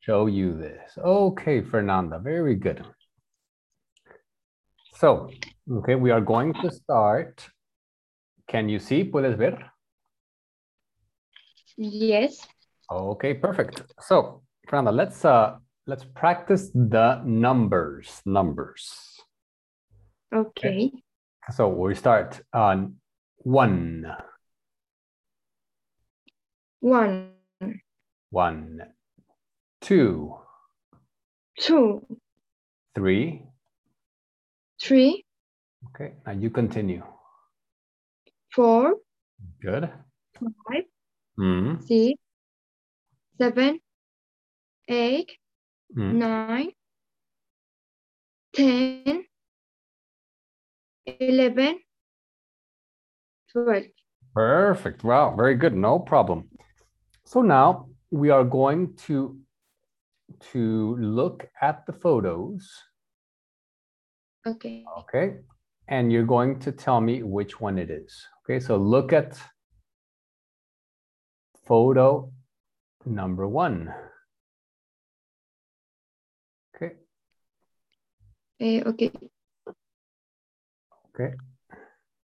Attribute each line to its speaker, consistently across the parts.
Speaker 1: show you this. Okay, Fernanda, very good. So, okay, we are going to start. Can you see? ¿Puedes ver?
Speaker 2: Yes.
Speaker 1: Okay, perfect. So, Fernanda, let's uh let's practice the numbers, numbers.
Speaker 2: Okay.
Speaker 1: So, we start on 1
Speaker 2: One,
Speaker 1: 1 2
Speaker 2: two,
Speaker 1: 3
Speaker 2: three,
Speaker 1: Okay, now you continue.
Speaker 2: four,
Speaker 1: Good.
Speaker 2: five,
Speaker 1: Hmm.
Speaker 2: six, seven, eight,
Speaker 1: hmm.
Speaker 2: nine, ten, eleven, twelve.
Speaker 1: Perfect. Wow, very good. No problem. So now we are going to to look at the photos,
Speaker 2: Okay.
Speaker 1: okay? And you're going to tell me which one it is. Okay? So look at photo number 1. Okay?
Speaker 2: Eh, okay.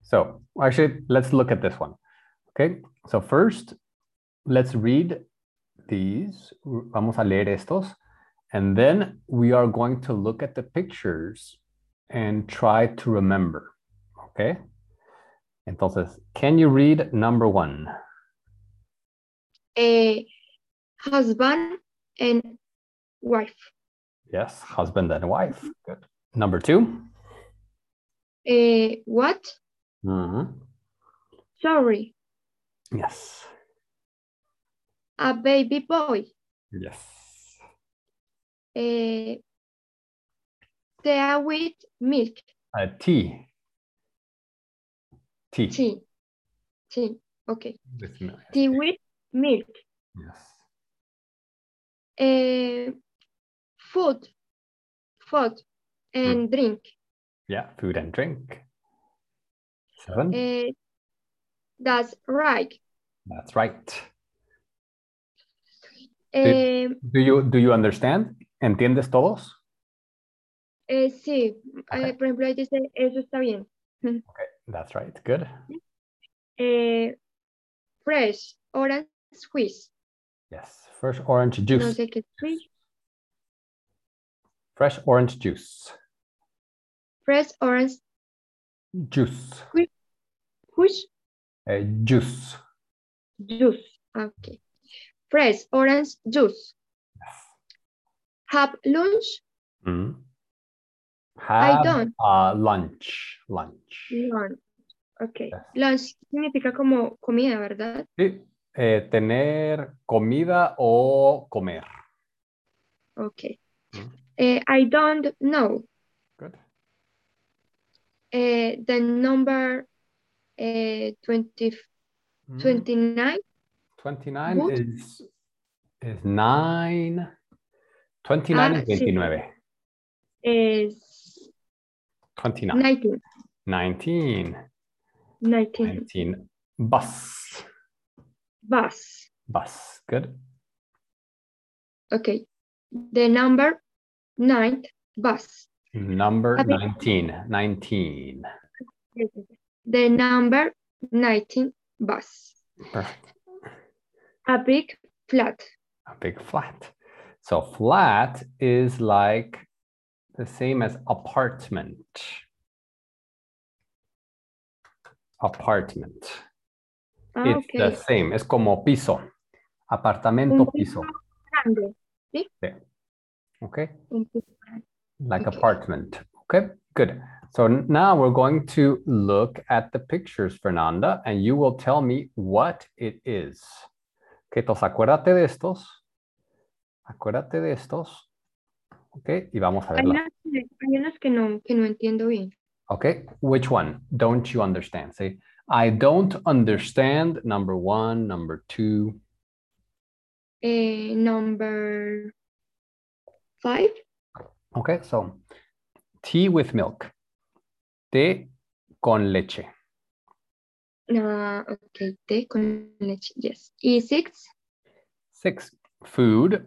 Speaker 1: So, actually, let's look at this one. Okay, so first, let's read these. Vamos a leer estos. And then we are going to look at the pictures and try to remember. Okay? Entonces, can you read number one?
Speaker 2: Eh, husband and wife.
Speaker 1: Yes, husband and wife. Good. Number 2
Speaker 2: Eh, what?
Speaker 1: Mhm.
Speaker 2: Sorry.
Speaker 1: Yes.
Speaker 2: A baby boy.
Speaker 1: Yes.
Speaker 2: eh, tea with milk,
Speaker 1: Uh, T. T.
Speaker 2: tea, tea, okay,
Speaker 1: With milk.
Speaker 2: tea with milk,
Speaker 1: Yes.
Speaker 2: eh, food, food
Speaker 1: Mm.
Speaker 2: and drink,
Speaker 1: Yeah, food and drink. Seven.
Speaker 2: eh, that's right.
Speaker 1: That's right.
Speaker 2: Eh,
Speaker 1: Do you do you understand? ¿Entiendes todos?
Speaker 2: eh, sí,
Speaker 1: Ajá.
Speaker 2: eh, por ejemplo, ella dice, eso está bien.
Speaker 1: That's right. Good.
Speaker 2: Eh, fresh, orange squeeze,
Speaker 1: Yes. Fresh orange
Speaker 2: no
Speaker 1: juice.
Speaker 2: sé qué es squeeze,
Speaker 1: Fresh orange juice.
Speaker 2: fresh orange
Speaker 1: Juice.
Speaker 2: squeeze
Speaker 1: Eh, juice.
Speaker 2: juice, okay, fresh orange juice, have lunch,
Speaker 1: Mm.
Speaker 2: I
Speaker 1: Have
Speaker 2: don't.
Speaker 1: uh, lunch. Lunch.
Speaker 2: Lunch. Okay.
Speaker 1: Yes.
Speaker 2: Lunch significa como comida, ¿verdad?
Speaker 1: Sí. Eh, tener comida o comer.
Speaker 2: Okay.
Speaker 1: Mm.
Speaker 2: Eh, I don't know.
Speaker 1: Good.
Speaker 2: Eh, the number eh, 20,
Speaker 1: Mm.
Speaker 2: 29.
Speaker 1: 29
Speaker 2: Good.
Speaker 1: is is 9. 29
Speaker 2: Ah,
Speaker 1: is
Speaker 2: sí.
Speaker 1: 29.
Speaker 2: Es
Speaker 1: 29.
Speaker 2: 19.
Speaker 1: 19.
Speaker 2: 19.
Speaker 1: 19. Bus.
Speaker 2: Bus.
Speaker 1: Bus. Good.
Speaker 2: Okay. The number 9. Bus.
Speaker 1: Number
Speaker 2: A bit-
Speaker 1: 19. 19.
Speaker 2: The number 19. Bus.
Speaker 1: Perfect.
Speaker 2: A big flat.
Speaker 1: A big flat. So flat is like the same as apartment. Apartment.
Speaker 2: Ah,
Speaker 1: it's the
Speaker 2: okay.
Speaker 1: same. Es como piso. Apartamento
Speaker 2: Un
Speaker 1: piso.
Speaker 2: piso grande.
Speaker 1: Okay.
Speaker 2: Un piso
Speaker 1: like
Speaker 2: Okay.
Speaker 1: apartment. Okay, good. So n- now we're going to look at the pictures, Fernanda, and you will tell me what it is. Okay, entonces acuérdate de estos. Acuérdate de estos. Okay, y vamos a
Speaker 2: Hay
Speaker 1: verla.
Speaker 2: unas, que- hay unas que no, que no entiendo bien.
Speaker 1: Okay, which one don't you understand? Say, I don't understand number one, number two.
Speaker 2: Eh, number five,
Speaker 1: Okay, so tea with milk. Té con leche.
Speaker 2: ah, okay, té con leche, yes. Y six,
Speaker 1: Six, food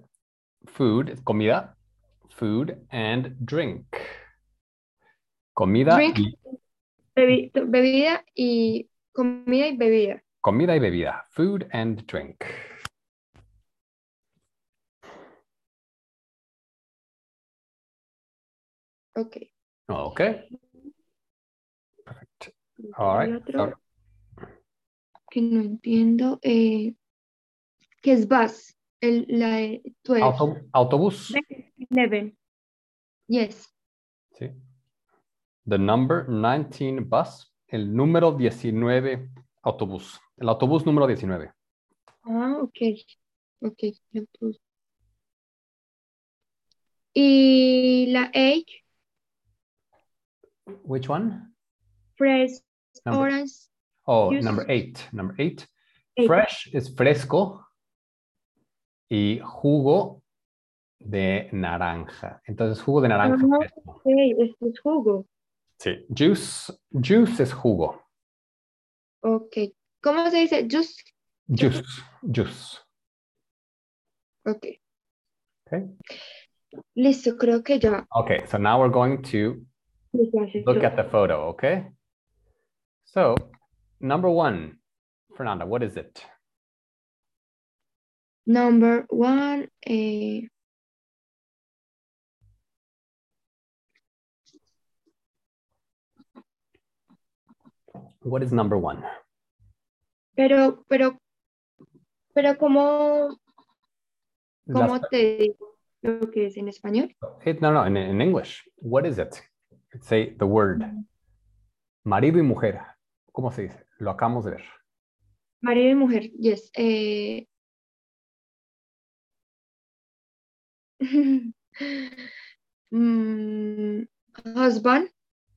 Speaker 1: food, comida, food and drink. Comida,
Speaker 2: Drink.
Speaker 1: y-
Speaker 2: Bebi- bebida y comida y bebida.
Speaker 1: comida y bebida. Food and drink.
Speaker 2: Ok.
Speaker 1: Ok. Perfect. All
Speaker 2: Y
Speaker 1: right.
Speaker 2: otro que no entiendo, eh, que es bus, el, la de 12,
Speaker 1: Auto- autobús.
Speaker 2: 11. Yes,
Speaker 1: Sí. The number 19 bus. El número 19 autobús. El autobús número 19.
Speaker 2: ah, ok, ok, lo puse. Y la egg,
Speaker 1: Which one?
Speaker 2: fresh,
Speaker 1: Number-
Speaker 2: orange,
Speaker 1: Oh,
Speaker 2: Juice.
Speaker 1: number eight. Number eight.
Speaker 2: Eight.
Speaker 1: Fresh es fresco y jugo de naranja. Entonces, jugo de naranja.
Speaker 2: Ajá.
Speaker 1: fresco.
Speaker 2: ok, esto es jugo,
Speaker 1: Sí. Juice, juice es jugo.
Speaker 2: ok. ¿Cómo se dice? Just,
Speaker 1: Juice, juice.
Speaker 2: ok.
Speaker 1: Ok.
Speaker 2: Listo, creo que ya.
Speaker 1: Okay, so now we're going to look at the photo, okay? So, number one, Fernanda, what is it?
Speaker 2: Number one, eh,
Speaker 1: What is number one?
Speaker 2: Pero, pero, pero ¿cómo, cómo
Speaker 1: Las-
Speaker 2: te digo lo que es en español?
Speaker 1: it- no, no, in, in English, what is it? Say the word. Marido y mujer. ¿Cómo se dice? Lo acabamos de ver.
Speaker 2: Marido y mujer, yes. eh. Mm, husband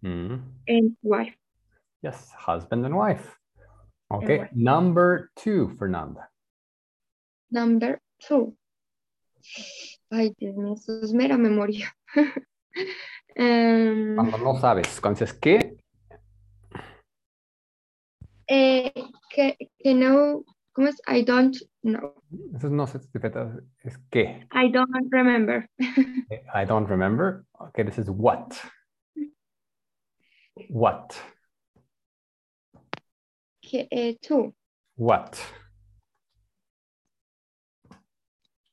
Speaker 1: Mm.
Speaker 2: and wife.
Speaker 1: Yes, husband and wife. Okay,
Speaker 2: wife.
Speaker 1: number two, Fernanda.
Speaker 2: Number two. Ay, Dios mío, eso es mera memoria. Em,
Speaker 1: Cuando no sabes, cuando dices qué,
Speaker 2: eh, que, que no, ¿cómo es? I don't know.
Speaker 1: eso no se es qué.
Speaker 2: I don't remember.
Speaker 1: I don't remember. Okay, this is what. What?
Speaker 2: Que, eh, two.
Speaker 1: What?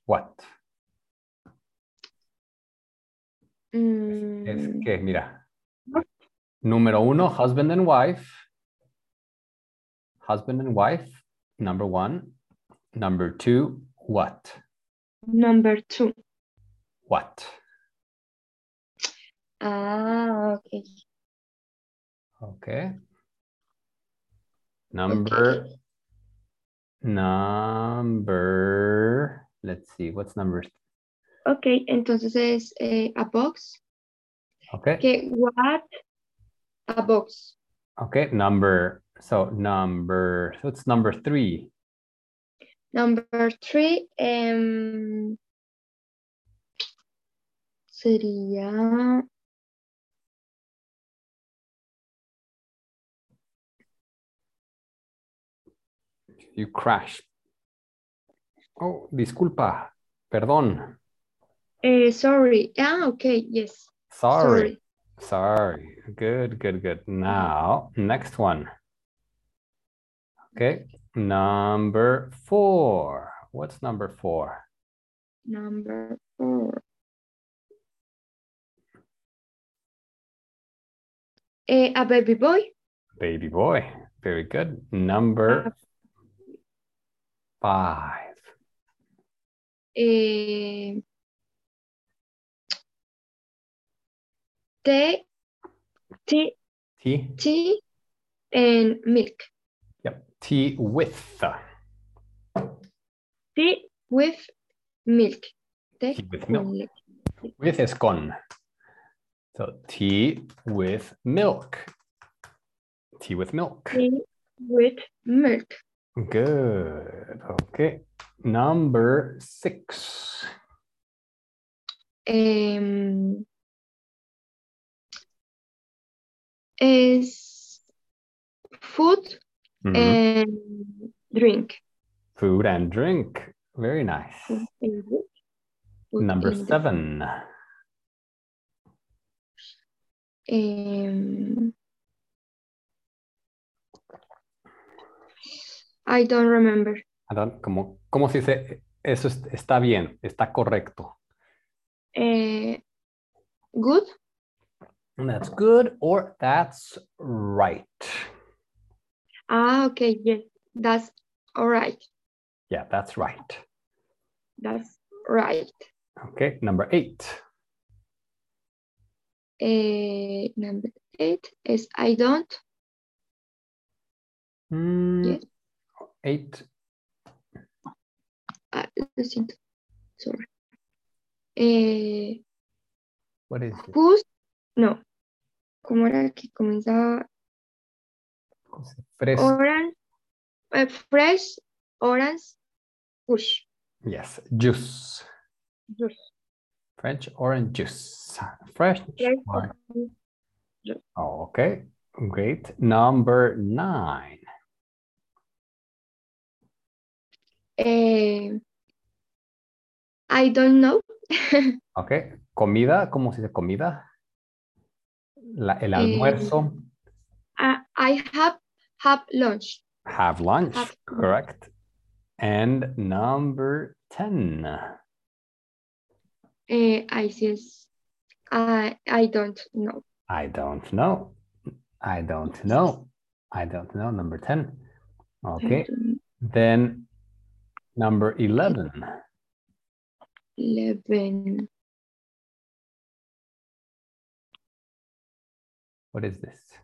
Speaker 1: What? Es
Speaker 2: Mm,
Speaker 1: que, mira. Número uno, husband and wife. Husband and wife, number one. Number two, what?
Speaker 2: Number two.
Speaker 1: What?
Speaker 2: Ah, okay.
Speaker 1: Okay. Number, number, let's see, what's number?
Speaker 2: Ok, entonces es eh, a box.
Speaker 1: Okay.
Speaker 2: Que what? A box.
Speaker 1: Okay, number, so number, so it's number three.
Speaker 2: Number three. em, sería.
Speaker 1: You crash. Oh, disculpa, perdón,
Speaker 2: eh, sorry. Ah, okay, yes.
Speaker 1: sorry, sorry. Good, good, good. Now, next one. Okay, number four. What's number four?
Speaker 2: Number four. Eh, a baby boy.
Speaker 1: Baby boy. Very good. Number five.
Speaker 2: eh, te- te-
Speaker 1: Tea.
Speaker 2: tea and milk.
Speaker 1: Yep. Tea with.
Speaker 2: Tea with milk. Te
Speaker 1: Tea with
Speaker 2: con
Speaker 1: milk.
Speaker 2: milk.
Speaker 1: With is con. So tea with milk. Tea with milk.
Speaker 2: Tea with milk.
Speaker 1: Good. Okay. Number six.
Speaker 2: Em, es food
Speaker 1: Mhm.
Speaker 2: and drink.
Speaker 1: Food and drink. Very nice.
Speaker 2: Food and drink. put
Speaker 1: Number
Speaker 2: in the-
Speaker 1: seven.
Speaker 2: Um, I don't remember.
Speaker 1: Adán, ¿Cómo, cómo se dice? Eso es- está bien, está correcto.
Speaker 2: Eh, good.
Speaker 1: That's good or that's right.
Speaker 2: Ah, okay, yes. That's all right.
Speaker 1: Yeah, that's right.
Speaker 2: That's right.
Speaker 1: Okay, number eight.
Speaker 2: Eh, number eight is I don't.
Speaker 1: Mm,
Speaker 2: Yes.
Speaker 1: Eight.
Speaker 2: Ah, lo siento. Sorry. Eh,
Speaker 1: What is it?
Speaker 2: who's, no. ¿Cómo era que comenzaba?
Speaker 1: Fres-
Speaker 2: Orange, eh, fresh, orange, push.
Speaker 1: Yes, juice.
Speaker 2: Juice.
Speaker 1: French orange juice. Fresh.
Speaker 2: Fresh
Speaker 1: orange.
Speaker 2: orange juice.
Speaker 1: Okay, great. Number nine.
Speaker 2: Eh, I don't know.
Speaker 1: Okay, comida, ¿cómo se dice comida? La- el
Speaker 2: Eh,
Speaker 1: almuerzo.
Speaker 2: I, I have have lunch.
Speaker 1: Have lunch,
Speaker 2: have-
Speaker 1: correct. And number 10.
Speaker 2: Eh, I says I I don't know.
Speaker 1: I don't know. I don't know. I don't know. Number 10.
Speaker 2: I
Speaker 1: Okay,
Speaker 2: don't-
Speaker 1: then number 11.
Speaker 2: Eleven.
Speaker 1: What is this?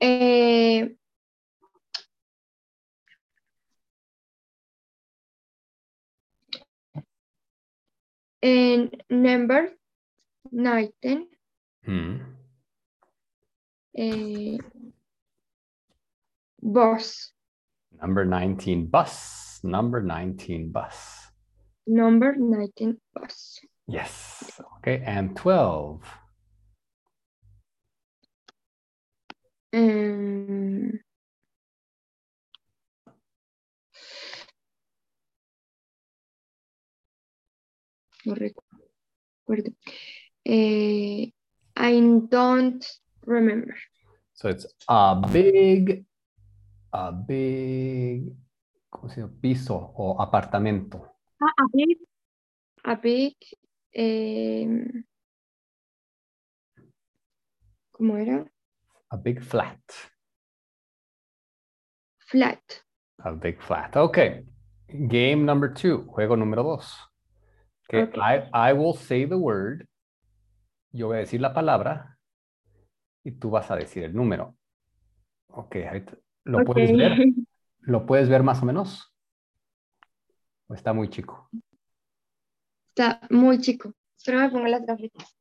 Speaker 2: Eh, and number nineteen.
Speaker 1: Hmm.
Speaker 2: Eh, boss.
Speaker 1: Number 19 bus. Number 19 bus.
Speaker 2: Number nineteen. Boss.
Speaker 1: Yes. Okay, and 12.
Speaker 2: Um, no recuerdo. Eh, I don't remember.
Speaker 1: So it's a big, a big, ¿cómo se llama? Piso o apartamento.
Speaker 2: Ah, a big, a big, em, ¿cómo era?
Speaker 1: A big flat.
Speaker 2: Flat.
Speaker 1: A big flat. Okay. Game number two. Juego número dos. Okay.
Speaker 2: Okay.
Speaker 1: I, I will say the word. Yo voy a decir la palabra. Y tú vas a decir el número. Ok. ahorita- ¿Lo puedes
Speaker 2: Ok.
Speaker 1: ver? ¿Lo puedes ver más o menos? ¿O está muy chico?
Speaker 2: Está muy chico. Solo me pongo las gafetas.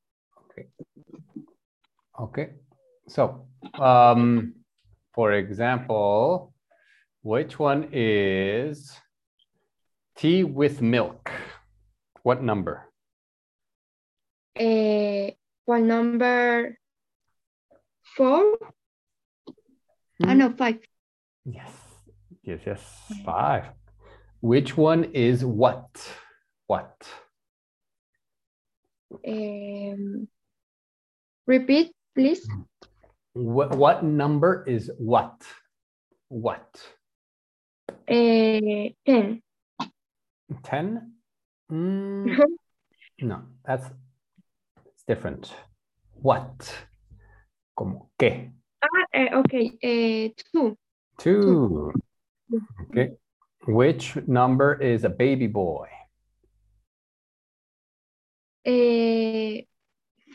Speaker 1: Okay. So, um, for example, which one is tea with milk? What number?
Speaker 2: Eh, ¿cuál number? Four? Ah, no, five.
Speaker 1: Yes. Yes, yes. Five. Which one is what? What?
Speaker 2: Um, repeat, please.
Speaker 1: What, what number is what? What?
Speaker 2: Eh, ten.
Speaker 1: 10? Mm, No, that's it's different. What? Como qué?
Speaker 2: ah, eh, okay. Eh, two.
Speaker 1: Two.
Speaker 2: Two.
Speaker 1: Okay. Which number is a baby boy?
Speaker 2: Eh,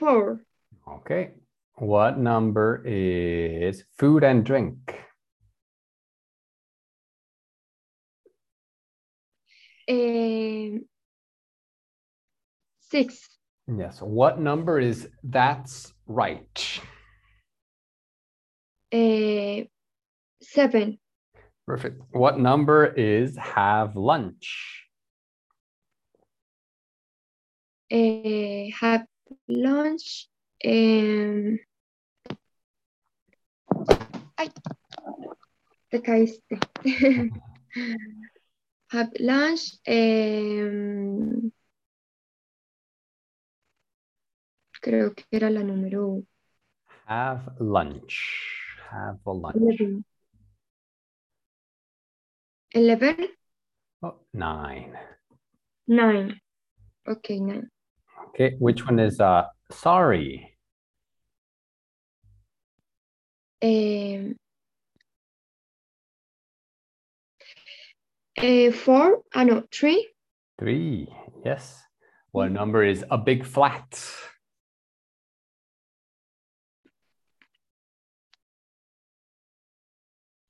Speaker 2: four.
Speaker 1: Okay. What number is food and drink?
Speaker 2: Eh, six.
Speaker 1: Yes. What number is that's right?
Speaker 2: Eh, seven.
Speaker 1: Perfect. What number is have lunch?
Speaker 2: Eh, have lunch. Em, ay, te caíste. have lunch. em, creo que era la número.
Speaker 1: Have lunch. Have a lunch.
Speaker 2: 11. 11,
Speaker 1: Oh, nine.
Speaker 2: 9. Ok, 9.
Speaker 1: Okay, which one is uh sorry?
Speaker 2: Eh, eh, 4, ah no, 3,
Speaker 1: Three. Yes. What number is a big flat?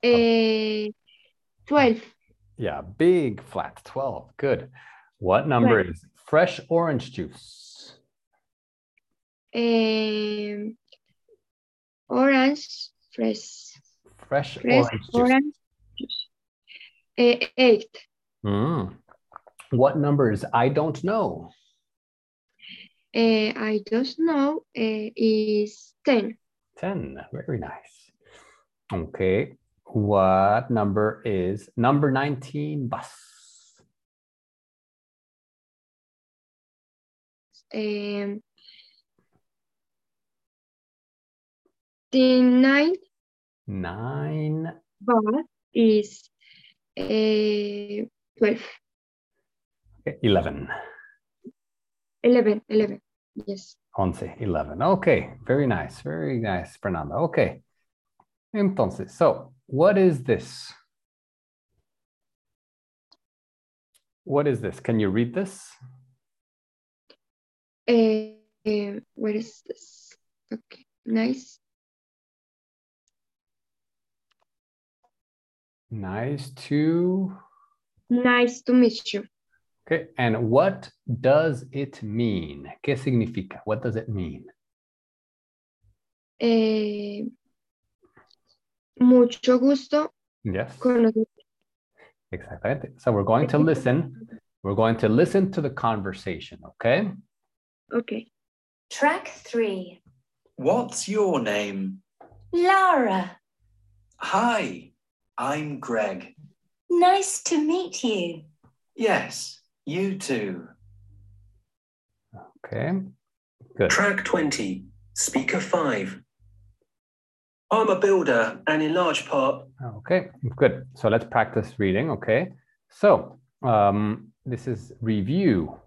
Speaker 2: eh, 12,
Speaker 1: Yeah, big flat. Twelve. Good. What number is fresh orange juice?
Speaker 2: eh, orange, fresh,
Speaker 1: Fresh,
Speaker 2: fresh,
Speaker 1: orange juice.
Speaker 2: orange, eh, 8,
Speaker 1: Mm. What number is I don't know?
Speaker 2: eh, I just know eh, is 10,
Speaker 1: 10. Very nice. Okay. What number is number 19 bus?
Speaker 2: eh, 9,
Speaker 1: Nine.
Speaker 2: bar is eh, 12,
Speaker 1: Okay, 11.
Speaker 2: 11, 11. Yes.
Speaker 1: 11, 11. Okay, very nice. Very nice, Fernanda. Okay. Entonces, so what is this? What is this? Can you read this?
Speaker 2: Eh, eh, where is this? Okay, nice.
Speaker 1: Nice to.
Speaker 2: Nice to meet you.
Speaker 1: Okay, and what does it mean? ¿Qué significa? What does it mean?
Speaker 2: Eh, mucho gusto
Speaker 1: Yes.
Speaker 2: conocer.
Speaker 1: Exactly. So we're going to listen. We're going to listen to the conversation, okay?
Speaker 2: Okay.
Speaker 3: Track 3.
Speaker 4: What's your name?
Speaker 3: Lara,
Speaker 4: Hi, I'm Greg.
Speaker 3: nice to meet you.
Speaker 4: Yes, you too.
Speaker 1: Okay. Good.
Speaker 4: Track 20, Speaker 5. I'm a builder and in large part.
Speaker 1: Okay, good. So let's practice reading, okay? So um, this is review.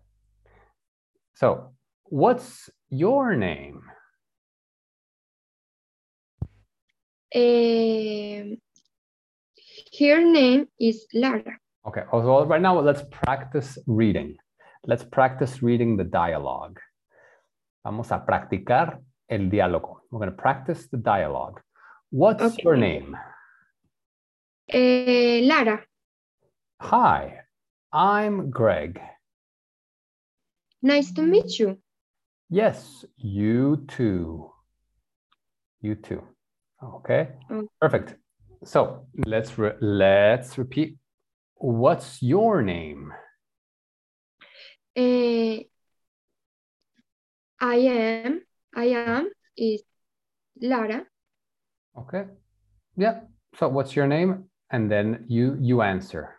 Speaker 1: So what's your name?
Speaker 2: Eh, her name is Lara.
Speaker 1: Okay, oh, so right now let's practice reading. Let's practice reading the dialogue. Vamos a practicar el diálogo. We're going to practice the dialogue. What's
Speaker 2: Okay.
Speaker 1: your name?
Speaker 2: Eh, Lara,
Speaker 1: Hi, I'm Greg.
Speaker 2: nice to meet you.
Speaker 1: Yes, you too. You too. Okay.
Speaker 2: Mm.
Speaker 1: Perfect. So let's re- let's repeat. What's your name?
Speaker 2: Eh, I am, I am is Lara.
Speaker 1: Okay. Yeah. So what's your name? And then you you answer.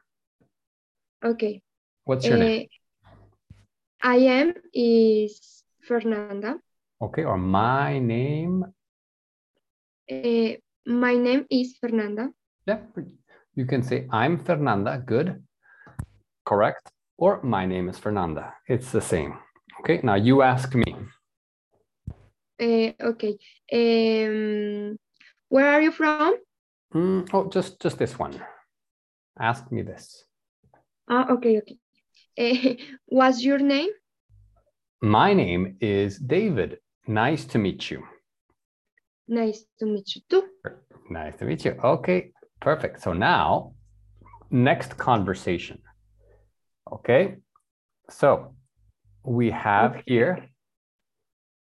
Speaker 2: Okay.
Speaker 1: What's your name?
Speaker 2: Eh, I am is Fernanda.
Speaker 1: Okay. Or my name.
Speaker 2: Eh, my name is Fernanda.
Speaker 1: Yeah. You can say I'm Fernanda. Good. Correct. Or my name is Fernanda. It's the same. Okay. Now you ask me.
Speaker 2: Eh, okay. Em, where are you from?
Speaker 1: Mm, oh, just just this one. Ask me this.
Speaker 2: Ah, okay, okay. Eh, what's your name?
Speaker 1: My name is David. Nice to meet you.
Speaker 2: Nice to meet you too.
Speaker 1: Nice to meet you. Okay, perfect. So now, next conversation. Okay, so we have here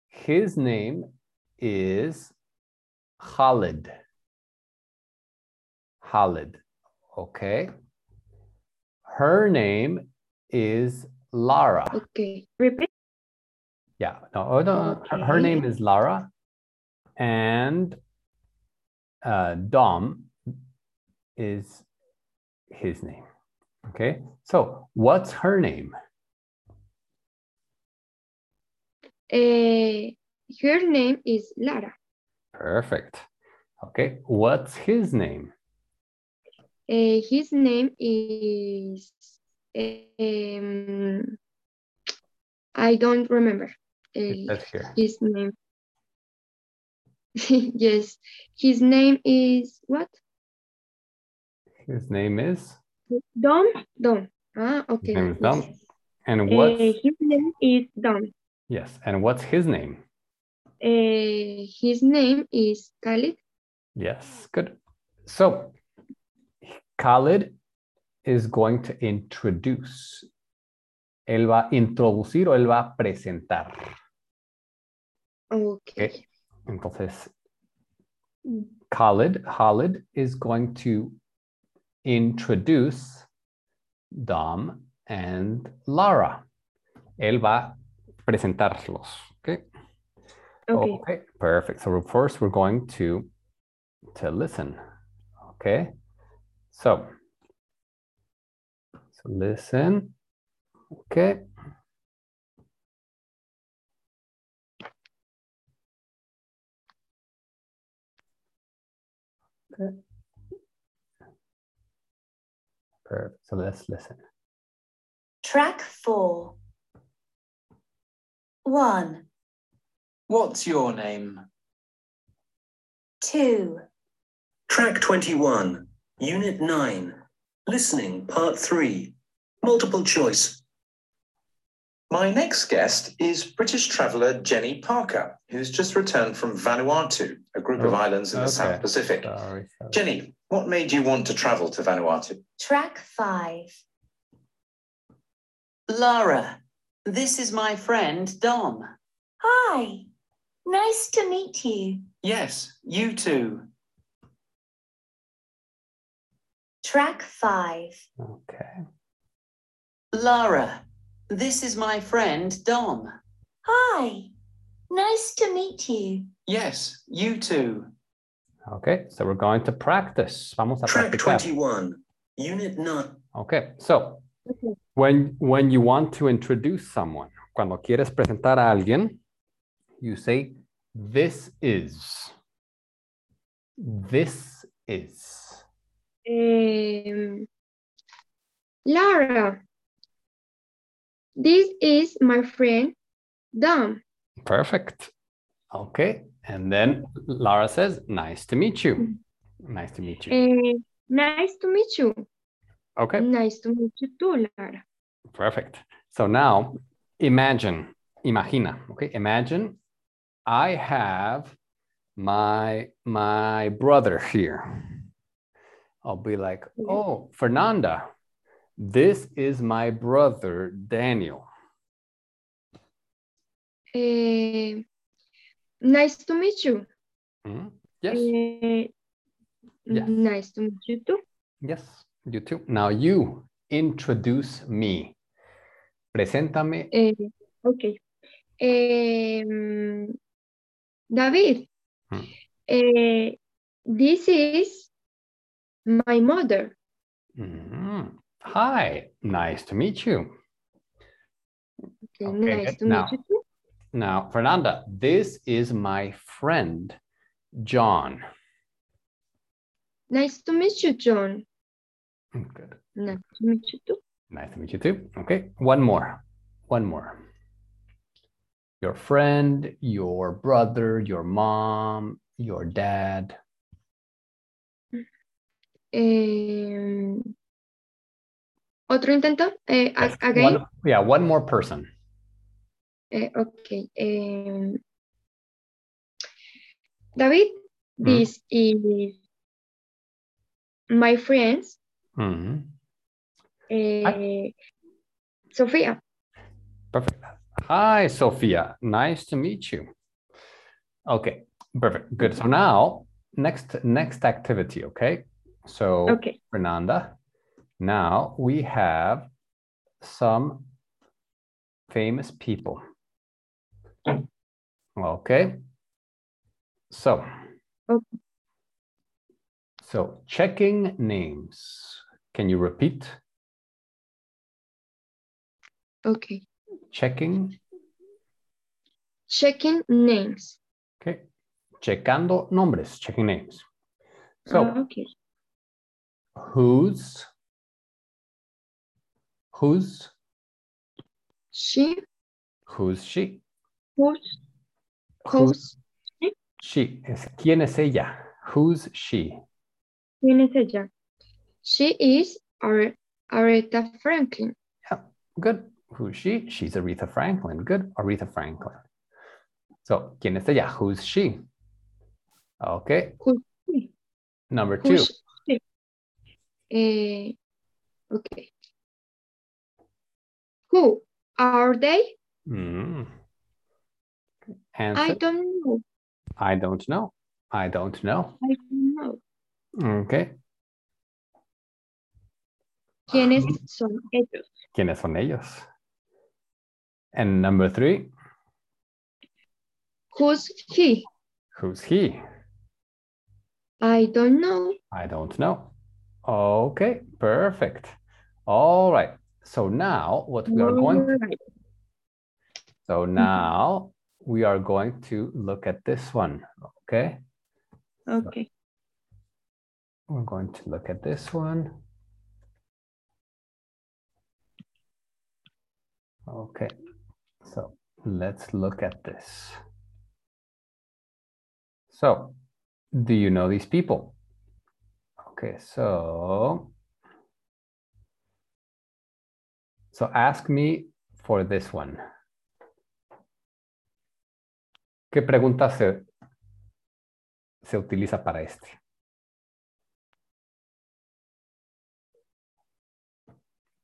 Speaker 1: his name is Khalid. Khalid. Okay. Her name is Lara.
Speaker 2: Okay. Repeat.
Speaker 1: Yeah, no, oh, no, her, her
Speaker 2: Okay.
Speaker 1: name is Lara, and uh, Dom is his name. Okay, so what's her name?
Speaker 2: Eh, Her name is Lara.
Speaker 1: Perfect. Okay, what's his name?
Speaker 2: Eh, his name is. um, I don't remember.
Speaker 1: It
Speaker 2: Eh,
Speaker 1: says here.
Speaker 2: his name. yes, his name is what?
Speaker 1: His name is.
Speaker 2: Dom. Dom. Ah, okay.
Speaker 1: name is
Speaker 2: yes.
Speaker 1: Dom. And
Speaker 2: Eh,
Speaker 1: what?
Speaker 2: his name is Dom.
Speaker 1: Yes. And what's his name?
Speaker 2: Eh, his name is Khalid.
Speaker 1: Yes. Good. So Khalid is going to introduce. Él va a introducir o él va a presentar.
Speaker 2: Okay.
Speaker 1: Entonces, Khalid, Khalid is going to introduce Dom and Lara. Él va a presentarlos. Okay.
Speaker 2: Okay.
Speaker 1: Perfect. So first, we're going to to listen. Okay. So. So listen. Okay. Perfect. So let's listen.
Speaker 3: Track 4. 1,
Speaker 4: What's your name?
Speaker 3: 2,
Speaker 4: Track 21, Unit 9, Listening, Part 3, Multiple Choice. My next guest is British traveller Jenny Parker, who's just returned from Vanuatu, a group of
Speaker 1: Oh,
Speaker 4: islands in the
Speaker 1: okay. Uh,
Speaker 4: South Pacific.
Speaker 1: Sorry. sorry.
Speaker 4: Jenny, what made you want to travel to Vanuatu?
Speaker 3: track 5,
Speaker 5: Lara, this is my friend Dom.
Speaker 3: Hi, nice to meet you.
Speaker 4: Yes, you too.
Speaker 3: Track 5,
Speaker 1: Okay.
Speaker 5: Lara, this is my friend Dom.
Speaker 3: Hi, nice to meet you.
Speaker 4: Yes, you too.
Speaker 1: Okay. So we're going to practice. Vamos a
Speaker 4: Track
Speaker 1: practicar.
Speaker 4: 21, Unit 9.
Speaker 1: Okay, so when when you want to introduce someone, cuando quieres presentar a alguien, you say this is. This is.
Speaker 2: Um, Lara, this is my friend Dom.
Speaker 1: Perfect. Okay, and then Lara says, "Nice to meet you." Nice to meet you.
Speaker 2: Eh, nice to meet you.
Speaker 1: Okay,
Speaker 2: Nice to meet you too, Lara.
Speaker 1: perfect. So now imagine, imagina, okay? Imagine I have my my brother here. I'll be like,
Speaker 2: Yeah.
Speaker 1: oh, Fernanda, this is my brother Daniel.
Speaker 2: Eh, nice to meet you.
Speaker 1: Hmm? Yes,
Speaker 2: Eh,
Speaker 1: Yes.
Speaker 2: Nice to meet you too.
Speaker 1: yes, you too. Now you introduce me. Preséntame.
Speaker 2: Eh, okay. Em, David,
Speaker 1: Hmm.
Speaker 2: eh, this is my mother.
Speaker 1: Mhm. Hi, nice to meet you.
Speaker 2: Okay,
Speaker 1: Okay,
Speaker 2: nice
Speaker 1: good.
Speaker 2: to
Speaker 1: Now,
Speaker 2: meet you too.
Speaker 1: Now, Fernanda, this is my friend John.
Speaker 2: Nice to meet you, John.
Speaker 1: Good.
Speaker 2: Nice to meet you too.
Speaker 1: Nice to meet you too. Okay, one more. One more. Your friend, your brother, your mom, your dad.
Speaker 2: Em, Otro intento. Eh, a-
Speaker 1: Yes,
Speaker 2: again.
Speaker 1: one- yeah, one more person.
Speaker 2: Eh, okay. em, David,
Speaker 1: Mm.
Speaker 2: this is my friends.
Speaker 1: Mhm. Ah.
Speaker 2: eh, Sofía.
Speaker 1: Perfect. Hi, Sophia. Nice to meet you. Okay, perfect. Good. So now, next next activity. Okay. So.
Speaker 2: Okay.
Speaker 1: Fernanda. Now we have some famous people. Okay. So.
Speaker 2: Ok.
Speaker 1: So checking names. Can you repeat?
Speaker 2: Okay.
Speaker 1: Checking
Speaker 2: Checking names.
Speaker 1: Okay. Checando nombres, checking names. So,
Speaker 2: Ah, okay.
Speaker 1: whose, whose,
Speaker 2: She,
Speaker 1: who's she?
Speaker 2: whose,
Speaker 1: Who's
Speaker 2: whose,
Speaker 1: she? Es, ¿Quién es ella? Who's she?
Speaker 2: ¿quién es ella? She is Are- Aretha Franklin.
Speaker 1: Good. Who's she? She's Aretha Franklin. Good. Aretha Franklin. So, ¿quién es ella? Who's she? Okay.
Speaker 2: Who's she?
Speaker 1: Number two.
Speaker 2: Who's she? Eh, okay. Who are they?
Speaker 1: Mm.
Speaker 2: I
Speaker 1: Answer.
Speaker 2: don't know.
Speaker 1: I don't know. I don't know.
Speaker 2: I don't know.
Speaker 1: Okay.
Speaker 2: ¿Quiénes
Speaker 1: Ah.
Speaker 2: son ellos?
Speaker 1: ¿Quiénes son ellos? And number three,
Speaker 2: Who's he?
Speaker 1: who's he?
Speaker 2: I don't know.
Speaker 1: I don't know. Okay, perfect. All right. So now what we are going to,
Speaker 2: Alright.
Speaker 1: so now we are going to look at this one. Okay.
Speaker 2: Okay.
Speaker 1: We're going to look at this one. Okay, so let's look at this. So, do you know these people? Okay, so. So ask me for this one. ¿Qué pregunta se, se utiliza para este?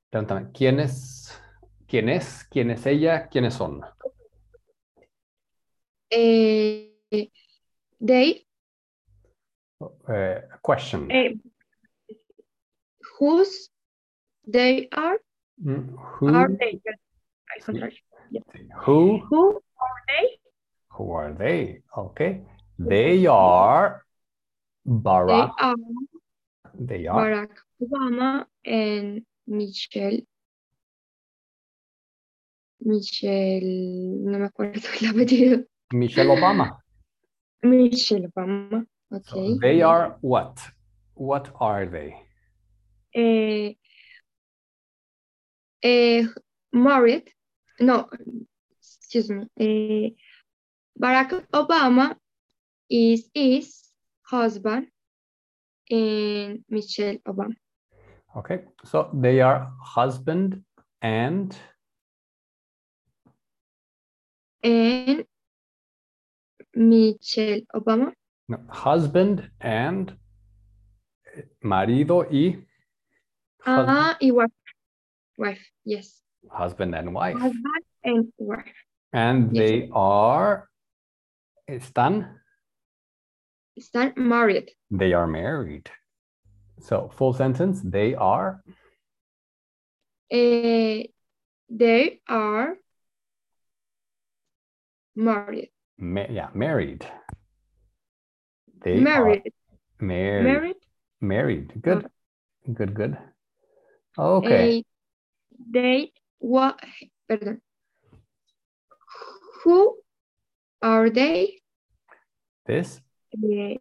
Speaker 1: Pregúntame, ¿quién es? ¿Quién es? ¿Quién es ella? ¿Quiénes son?
Speaker 2: Eh, they,
Speaker 1: Eh, question.
Speaker 2: eh, whose they are,
Speaker 1: Mm,
Speaker 2: are
Speaker 1: Who,
Speaker 2: they? yes, al contrario.
Speaker 1: who,
Speaker 2: Who?
Speaker 1: who are they? Okay. They are Barack.
Speaker 2: They are
Speaker 1: They are
Speaker 2: Barack Obama and Michelle. Michelle, no me acuerdo el apellido.
Speaker 1: Michelle Obama.
Speaker 2: Michelle Obama.
Speaker 1: So
Speaker 2: Okay.
Speaker 1: They are what? What are they?
Speaker 2: eh, eh, married, no, excuse me, eh, Barack Obama is his husband and Michelle Obama.
Speaker 1: Okay. So they are husband and
Speaker 2: And Michelle Obama,
Speaker 1: no, husband and eh, marido y hus-
Speaker 2: ah, y wife, wife, yes,
Speaker 1: husband and wife.
Speaker 2: husband and wife.
Speaker 1: And
Speaker 2: Yes.
Speaker 1: they are están
Speaker 2: Están married.
Speaker 1: they are married. So full sentence, they are
Speaker 2: Eh, they are married.
Speaker 1: ma- yeah, married. They
Speaker 2: Married.
Speaker 1: are married. Married.
Speaker 2: married
Speaker 1: Good. Good, good. Okay.
Speaker 2: eh, they wa perdón. Who are they?
Speaker 1: this
Speaker 2: Eh,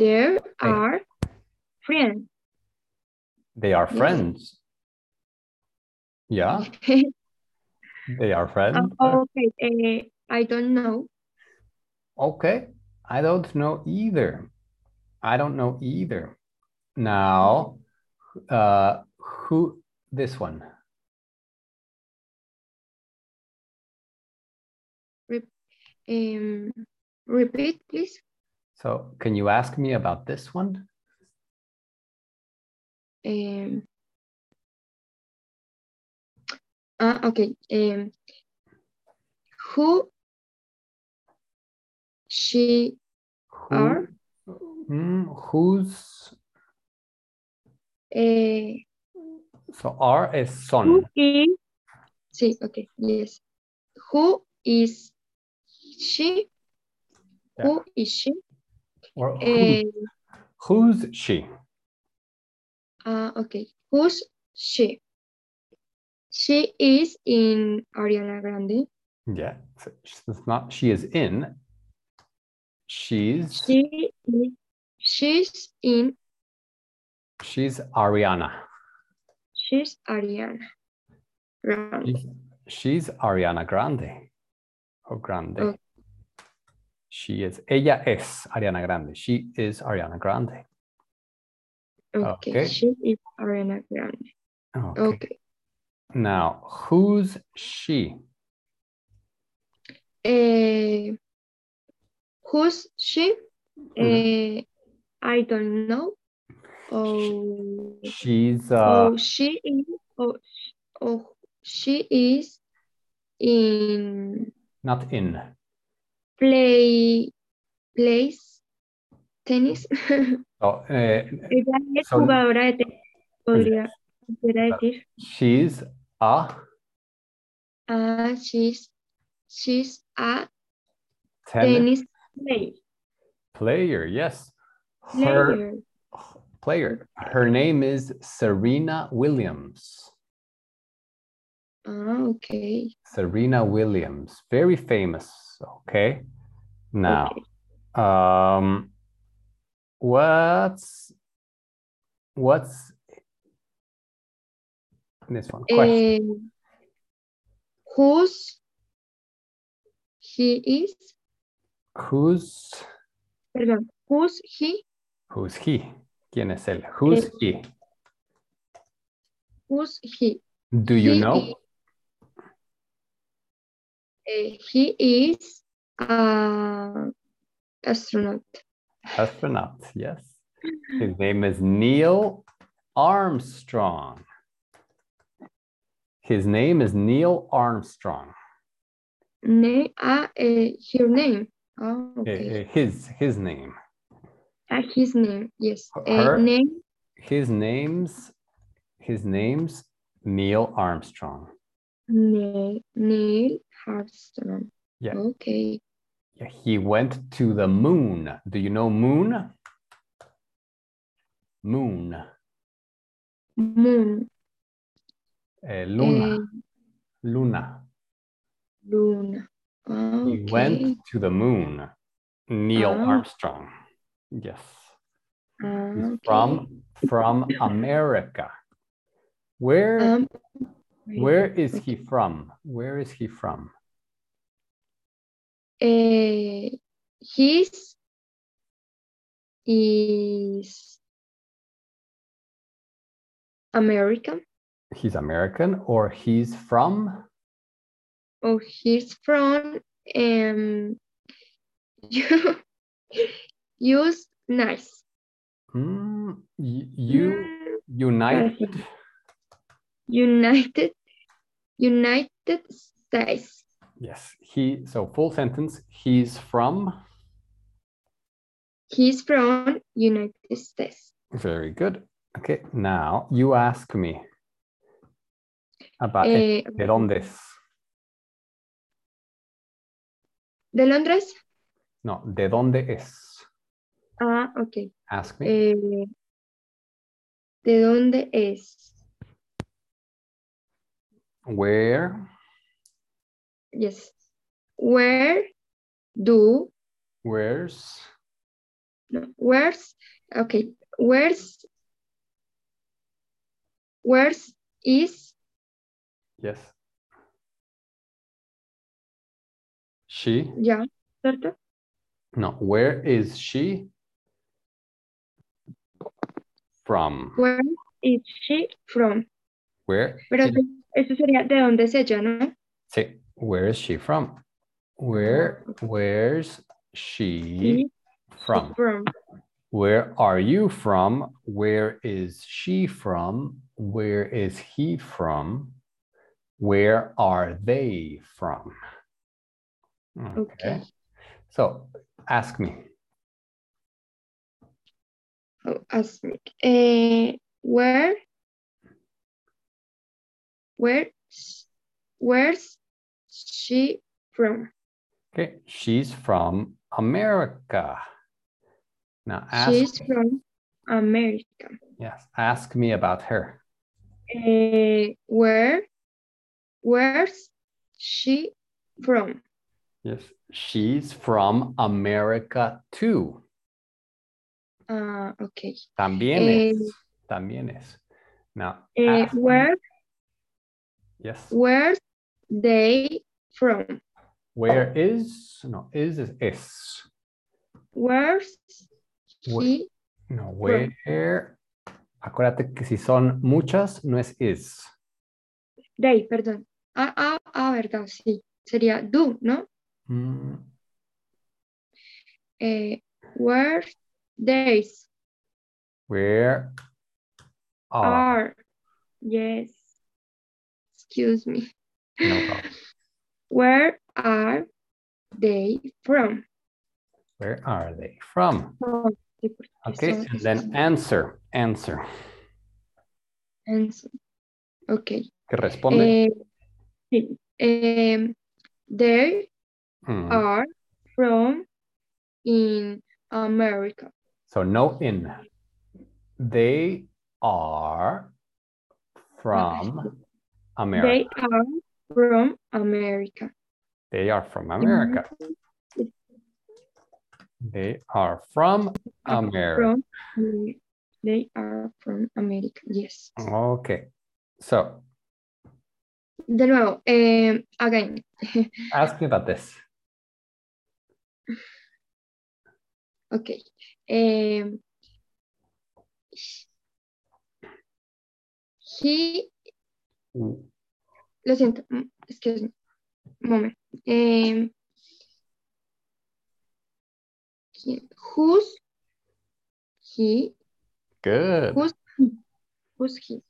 Speaker 2: there are friends.
Speaker 1: they are
Speaker 2: yes.
Speaker 1: friends. Yeah, they are
Speaker 2: Ah,
Speaker 1: friends.
Speaker 2: okay. eh, I don't know.
Speaker 1: Okay. I don't know either. I don't know either. Now, uh, who this one?
Speaker 2: Em, repeat, please.
Speaker 1: So, can you ask me about this one?
Speaker 2: Em, ah, okay. em, who she
Speaker 1: Who,
Speaker 2: are?
Speaker 1: Mm, who's
Speaker 2: eh,
Speaker 1: so are is son.
Speaker 2: Who is sí, okay, yes. Who is she?
Speaker 1: Yeah.
Speaker 2: Who is she?
Speaker 1: Or who-
Speaker 2: Eh,
Speaker 1: who's she?
Speaker 2: ah, okay. Who's she? She is in Ariana Grande.
Speaker 1: Yeah. so It's not she is in. She's
Speaker 2: She, is- she's in,
Speaker 1: she's Ariana.
Speaker 2: she's Ariana. Grande.
Speaker 1: She's, she's Ariana Grande. Or Grande.
Speaker 2: Oh.
Speaker 1: She is ella es Ariana Grande. She is Ariana Grande.
Speaker 2: Okay.
Speaker 1: okay.
Speaker 2: She is Ariana Grande.
Speaker 1: Okay.
Speaker 2: Okay.
Speaker 1: Now, who's she?
Speaker 2: Eh, who's she? Eh, I don't know. Oh,
Speaker 1: She's uh
Speaker 2: oh, she is. Oh, sh- oh, she is in
Speaker 1: not in.
Speaker 2: play plays tenis.
Speaker 1: Oh, eh,
Speaker 2: Ella es
Speaker 1: Son-
Speaker 2: jugadora de tenis. Podría, podría decir.
Speaker 1: she's a
Speaker 2: Ah, she's she's a
Speaker 1: tennis
Speaker 2: tennis player.
Speaker 1: player. Yes. Her
Speaker 2: player.
Speaker 1: player. Her name is Serena Williams.
Speaker 2: Ah, okay.
Speaker 1: Serena Williams, very famous. Okay. Now,
Speaker 2: Okay.
Speaker 1: um, what's what's this one? Question.
Speaker 2: Eh, who's he is?
Speaker 1: who's
Speaker 2: Perdón, who's he?
Speaker 1: who's he? ¿Quién es él?
Speaker 2: Eh.
Speaker 1: Who's he?
Speaker 2: Who's he?
Speaker 1: Do you
Speaker 2: he
Speaker 1: know?
Speaker 2: is- eh, he is a astronaut.
Speaker 1: Astronaut. Yes. His name is Neil Armstrong. His name is Neil Armstrong.
Speaker 2: Name, ah, eh, her name. Ah,
Speaker 1: Eh,
Speaker 2: okay.
Speaker 1: eh, His his name.
Speaker 2: Ah, his name, yes. Eh,
Speaker 1: Her-
Speaker 2: name,
Speaker 1: his name's his name's Neil Armstrong.
Speaker 2: Neil, Neil Armstrong.
Speaker 1: Yeah.
Speaker 2: Okay.
Speaker 1: He went to the moon. Do you know moon? Moon.
Speaker 2: Moon,
Speaker 1: eh, luna.
Speaker 2: eh,
Speaker 1: Luna.
Speaker 2: Luna. Ah,
Speaker 1: He
Speaker 2: okay.
Speaker 1: went to the moon. Neil
Speaker 2: Ah.
Speaker 1: Armstrong. Yes.
Speaker 2: Ah,
Speaker 1: He's
Speaker 2: okay.
Speaker 1: from from America. Where
Speaker 2: Um,
Speaker 1: where is he from? Where is he from?
Speaker 2: eh, his is American
Speaker 1: He's American or he's from
Speaker 2: or he's from um you use nice
Speaker 1: Hmm, y- you
Speaker 2: Mm,
Speaker 1: United
Speaker 2: United United States
Speaker 1: Yes, he. So full sentence. He's from.
Speaker 2: he's from United States
Speaker 1: Very good. Okay, now you ask me about el-
Speaker 2: Eh,
Speaker 1: de dónde es.
Speaker 2: de Londres
Speaker 1: No, de dónde es.
Speaker 2: ah okay
Speaker 1: Ask me.
Speaker 2: Eh, ¿de dónde es?
Speaker 1: Where?
Speaker 2: Yes. Where do,
Speaker 1: Where's?
Speaker 2: no, where's, okay, where's, where's is
Speaker 1: Yes. She?
Speaker 2: ya, ¿cierto?
Speaker 1: No. Where is she? From.
Speaker 2: Where is she from?
Speaker 1: Where?
Speaker 2: Pero
Speaker 1: is-
Speaker 2: eso sería de dónde es ella, ¿no?
Speaker 1: Say, where is she from? Where? Where's she from?
Speaker 2: From.
Speaker 1: Where are you from? Where is she from? Where is he from? Where are they from?
Speaker 2: Okay.
Speaker 1: So ask me.
Speaker 2: Oh, ask me. Eh, where, where, where's she from?
Speaker 1: Okay. She's from America. Now ask
Speaker 2: She's from America.
Speaker 1: yes, ask me about her.
Speaker 2: Eh, where, where's she from.
Speaker 1: Yes. She's from America too.
Speaker 2: Ah, okay.
Speaker 1: También
Speaker 2: Eh,
Speaker 1: es. También es. Now,
Speaker 2: Eh,
Speaker 1: ask-
Speaker 2: where
Speaker 1: yes.
Speaker 2: where they from?
Speaker 1: Where is? No, is is es.
Speaker 2: Where's
Speaker 1: Where-
Speaker 2: he?
Speaker 1: No, where. Acuérdate que si son muchas, no es is.
Speaker 2: They, perdón. Ah, ah, ah, verdad, sí. Sería do, ¿no?
Speaker 1: Mm,
Speaker 2: Eh, where they
Speaker 1: Where are.
Speaker 2: are. Yes. Excuse me.
Speaker 1: No problem.
Speaker 2: Where are they from?
Speaker 1: Where are they from?
Speaker 2: Oh, sí, porque
Speaker 1: Okay,
Speaker 2: son-
Speaker 1: and then answer, answer.
Speaker 2: answer. Okay.
Speaker 1: Que responde.
Speaker 2: Eh, sí. Em, they
Speaker 1: Mm,
Speaker 2: are from in America.
Speaker 1: So no in. They are from America.
Speaker 2: They are from America.
Speaker 1: They are from America. They are from America.
Speaker 2: From, Ameri- they are from America. Yes.
Speaker 1: Mm. Okay. So
Speaker 2: De nuevo, em, again.
Speaker 1: ask me about this.
Speaker 2: Okay. Um, he, lo siento, mm, excuse me, moment. Um, he- who's he?
Speaker 1: Good.
Speaker 2: Who's who's he?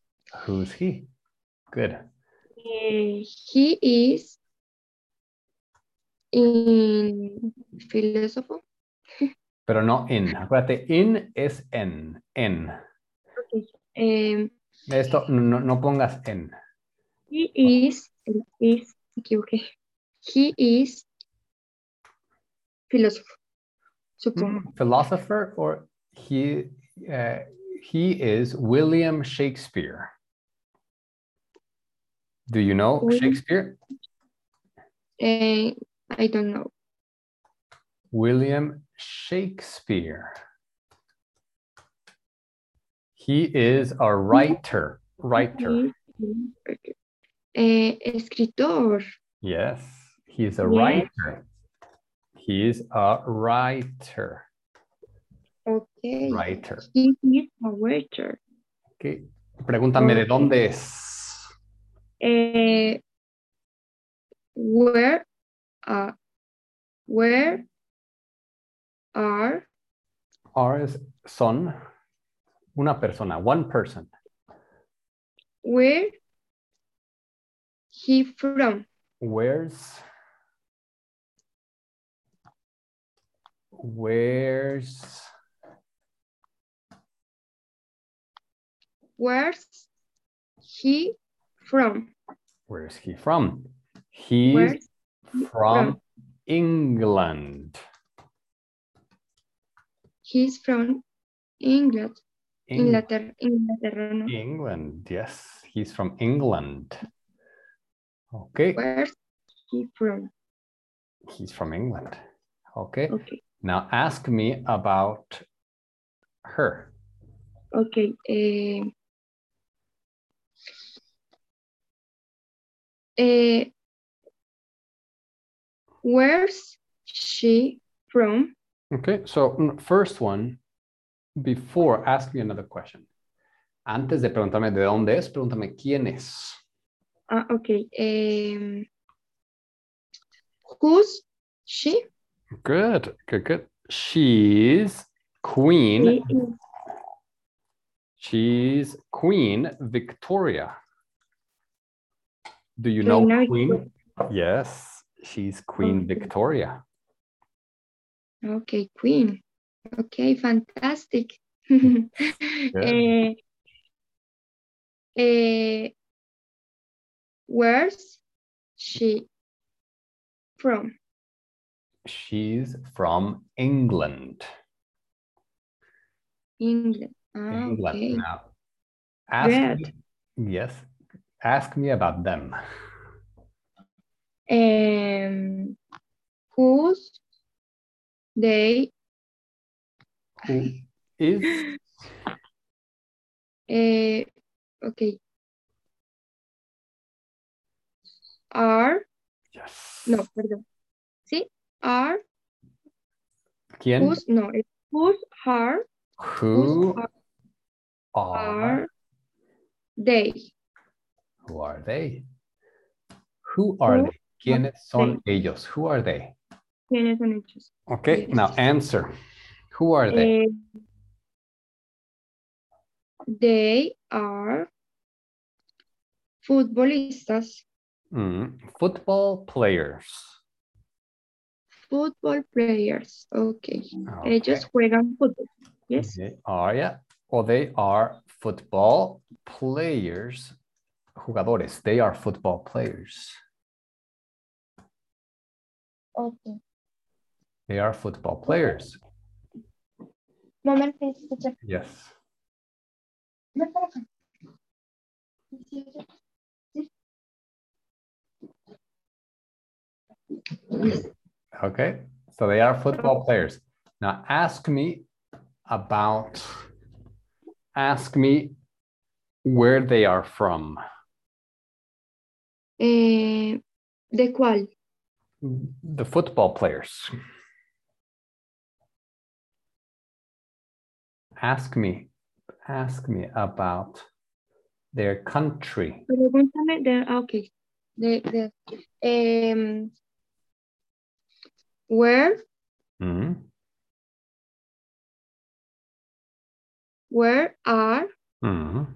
Speaker 1: Who's he? Good.
Speaker 2: Eh, he is in philosopher.
Speaker 1: Pero no in. Acuérdate, in es en. En.
Speaker 2: Um,
Speaker 1: Esto no, no pongas en.
Speaker 2: He is, is, me equivoqué. He is philosopher,
Speaker 1: Mm.
Speaker 2: supongo.
Speaker 1: Philosopher or he uh, he is William Shakespeare. Do you know
Speaker 2: William-
Speaker 1: Shakespeare?
Speaker 2: Eh, I don't know.
Speaker 1: William Shakespeare. He is a writer.
Speaker 2: Mm-hmm.
Speaker 1: Writer.
Speaker 2: Eh, escritor.
Speaker 1: Yes, he is a
Speaker 2: Yes.
Speaker 1: writer. He is a writer.
Speaker 2: Okay.
Speaker 1: Writer.
Speaker 2: He is a writer.
Speaker 1: Okay. Pregúntame de
Speaker 2: Ok.
Speaker 1: dónde es.
Speaker 2: Eh, where, uh, where are
Speaker 1: R es son una persona, one person.
Speaker 2: where he from?
Speaker 1: Where's Where's
Speaker 2: Where's he from?
Speaker 1: where's he from? He's
Speaker 2: Where's
Speaker 1: from England.
Speaker 2: He's from England,
Speaker 1: Eng-
Speaker 2: Inglaterra, Inglaterra, no.
Speaker 1: England, yes. He's from England. Okay.
Speaker 2: Where's he from?
Speaker 1: He's from England. Okay.
Speaker 2: Okay,
Speaker 1: Now ask me about her.
Speaker 2: okay. eh, eh, where's she from?
Speaker 1: Okay, so mm, first one, before, ask me another question. Antes de preguntarme de dónde es, pregúntame quién es.
Speaker 2: Ah, okay. em, who's she?
Speaker 1: Good, good, good. She's Queen.
Speaker 2: She is-
Speaker 1: She's Queen Victoria. Do you
Speaker 2: Very
Speaker 1: know
Speaker 2: nice.
Speaker 1: Queen? Yes, she's Queen
Speaker 2: Okay.
Speaker 1: Victoria.
Speaker 2: Okay, Queen. Okay, fantastic. Eh, eh, where's she from?
Speaker 1: She's from England.
Speaker 2: England. Ah,
Speaker 1: England
Speaker 2: okay.
Speaker 1: now. Ask
Speaker 2: Good.
Speaker 1: me- yes. Ask me about them.
Speaker 2: em, whose they
Speaker 1: Who is
Speaker 2: eh, okay are
Speaker 1: yes.
Speaker 2: no perdón sí are
Speaker 1: ¿Quién?
Speaker 2: whose no it's whose are
Speaker 1: Who
Speaker 2: whose are,
Speaker 1: are,
Speaker 2: they
Speaker 1: who are they? Who are
Speaker 2: Who
Speaker 1: they? ¿Quiénes son ellos? Who are they?
Speaker 2: quiénes son ellos
Speaker 1: Okay, now answer. Who are they?
Speaker 2: Eh, they are futbolistas
Speaker 1: Mm, Football players.
Speaker 2: football players okay
Speaker 1: Okay.
Speaker 2: Ellos juegan fútbol. eh, Yes.
Speaker 1: They are, yeah. Or they are football players. Jugadores. They are football players.
Speaker 3: Okay.
Speaker 1: They are football players.
Speaker 2: Oh.
Speaker 3: Moment, please, teacher.
Speaker 1: Yes. Okay. So they are football players. Now ask me about, ask me where they are from.
Speaker 2: Eh, ¿De cuál?
Speaker 1: The football players. Ask me, ask me about their country.
Speaker 2: Pregúntame de. Ah, ok. De, de, em, where,
Speaker 1: Mhm.
Speaker 2: where are
Speaker 1: Mhm.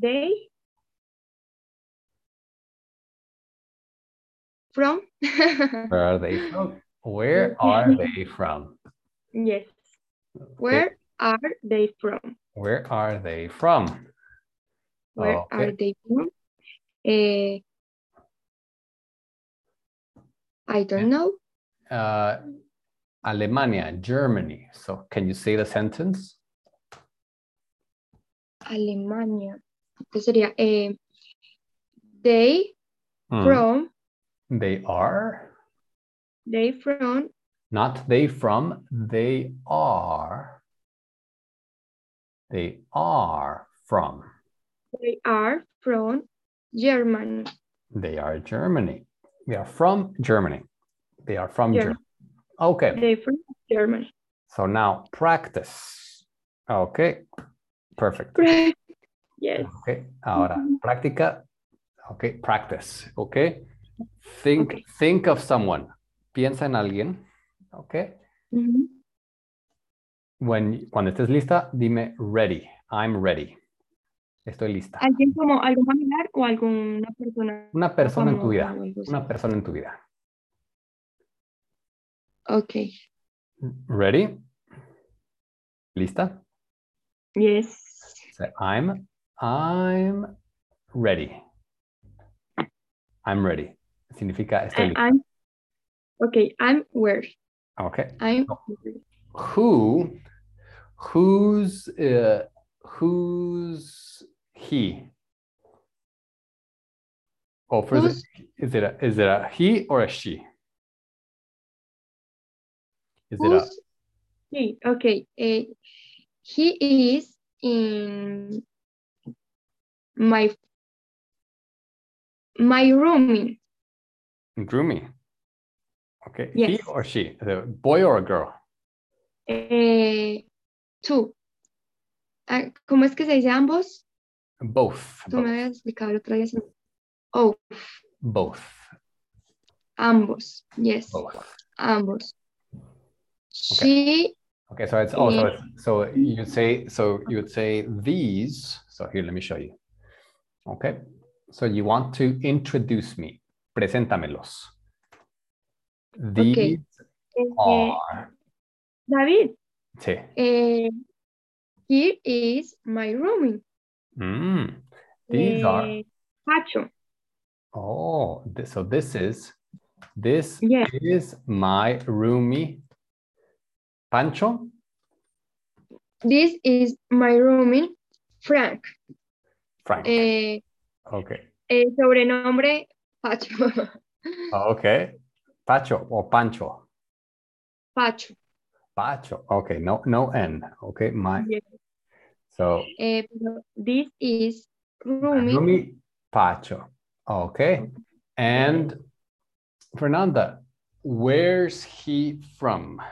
Speaker 2: they from?
Speaker 1: Where are they from? Where are they from?
Speaker 2: yes. Where are they from?
Speaker 1: Where are they from?
Speaker 2: Where
Speaker 1: Okay.
Speaker 2: are they from? Eh, I don't know.
Speaker 1: uh, Alemania, Germany. So can you say the sentence?
Speaker 2: Alemania. Entonces sería eh, they
Speaker 1: Hmm.
Speaker 2: Hmm. from
Speaker 1: They are
Speaker 2: they from
Speaker 1: not they from. They are. They are from.
Speaker 2: they are from Germany.
Speaker 1: They are Germany. They are from Germany. They are from
Speaker 2: Yeah.
Speaker 1: Germany. Okay.
Speaker 2: They from Germany.
Speaker 1: So now practice. Okay. Perfect.
Speaker 2: Right. Yes.
Speaker 1: Okay. Ahora
Speaker 2: Ujú.
Speaker 1: práctica. Okay. Practice. Okay. Think.
Speaker 2: Ok.
Speaker 1: Think of someone. Piensa en alguien. Okay.
Speaker 2: Ujú.
Speaker 1: When, cuando estés lista, dime ready. I'm ready. Estoy lista.
Speaker 2: Alguien como algo familiar o alguna persona.
Speaker 1: Una persona en tu
Speaker 2: famosa
Speaker 1: vida.
Speaker 2: o algo así.
Speaker 1: Una persona en tu vida.
Speaker 2: Ok.
Speaker 1: Ready? ¿Lista?
Speaker 2: Yes.
Speaker 1: So I'm I'm ready. I'm ready. Significa estoy
Speaker 2: I-
Speaker 1: lista.
Speaker 2: I'm okay. I'm where
Speaker 1: Okay.
Speaker 2: I'm
Speaker 1: who who's uh, who's he or for is, it, is it a is it a he or a she is it a
Speaker 2: who's he? Okay. eh, he is in my my rooming.
Speaker 1: grooming okay he
Speaker 2: Yes.
Speaker 1: or she the boy or a girl
Speaker 2: Eh, tú. Ah, ¿Cómo es que se dice ambos?
Speaker 1: both
Speaker 2: Tú me
Speaker 1: both,
Speaker 2: habías explicado el otro día. se- Oh,
Speaker 1: both
Speaker 2: ambos. Yes,
Speaker 1: both
Speaker 2: ambos. She,
Speaker 1: okay so it's oh so,
Speaker 2: Eh,
Speaker 1: it's, so you'd say so you'd say these so here let me show you okay so you want to introduce me preséntamelos these
Speaker 2: Okay. eh,
Speaker 1: are
Speaker 2: David,
Speaker 1: sí.
Speaker 2: eh, here is my rooming.
Speaker 1: Mm. These are-
Speaker 2: Eh, Pacho,
Speaker 1: Oh, th- so this is this
Speaker 2: yes,
Speaker 1: is my roomie Pancho.
Speaker 2: this is my rooming, Frank.
Speaker 1: Frank.
Speaker 2: Eh,
Speaker 1: okay.
Speaker 2: eh, sobrenombre, Pacho.
Speaker 1: Okay. Pacho or Pancho.
Speaker 2: Pacho.
Speaker 1: Pacho. Okay. No, no N. Okay. My.
Speaker 2: Yes.
Speaker 1: So
Speaker 2: Eh, pero this is Rumi.
Speaker 1: Ah, Rumi Pacho. Okay. And Fernanda, where's he from?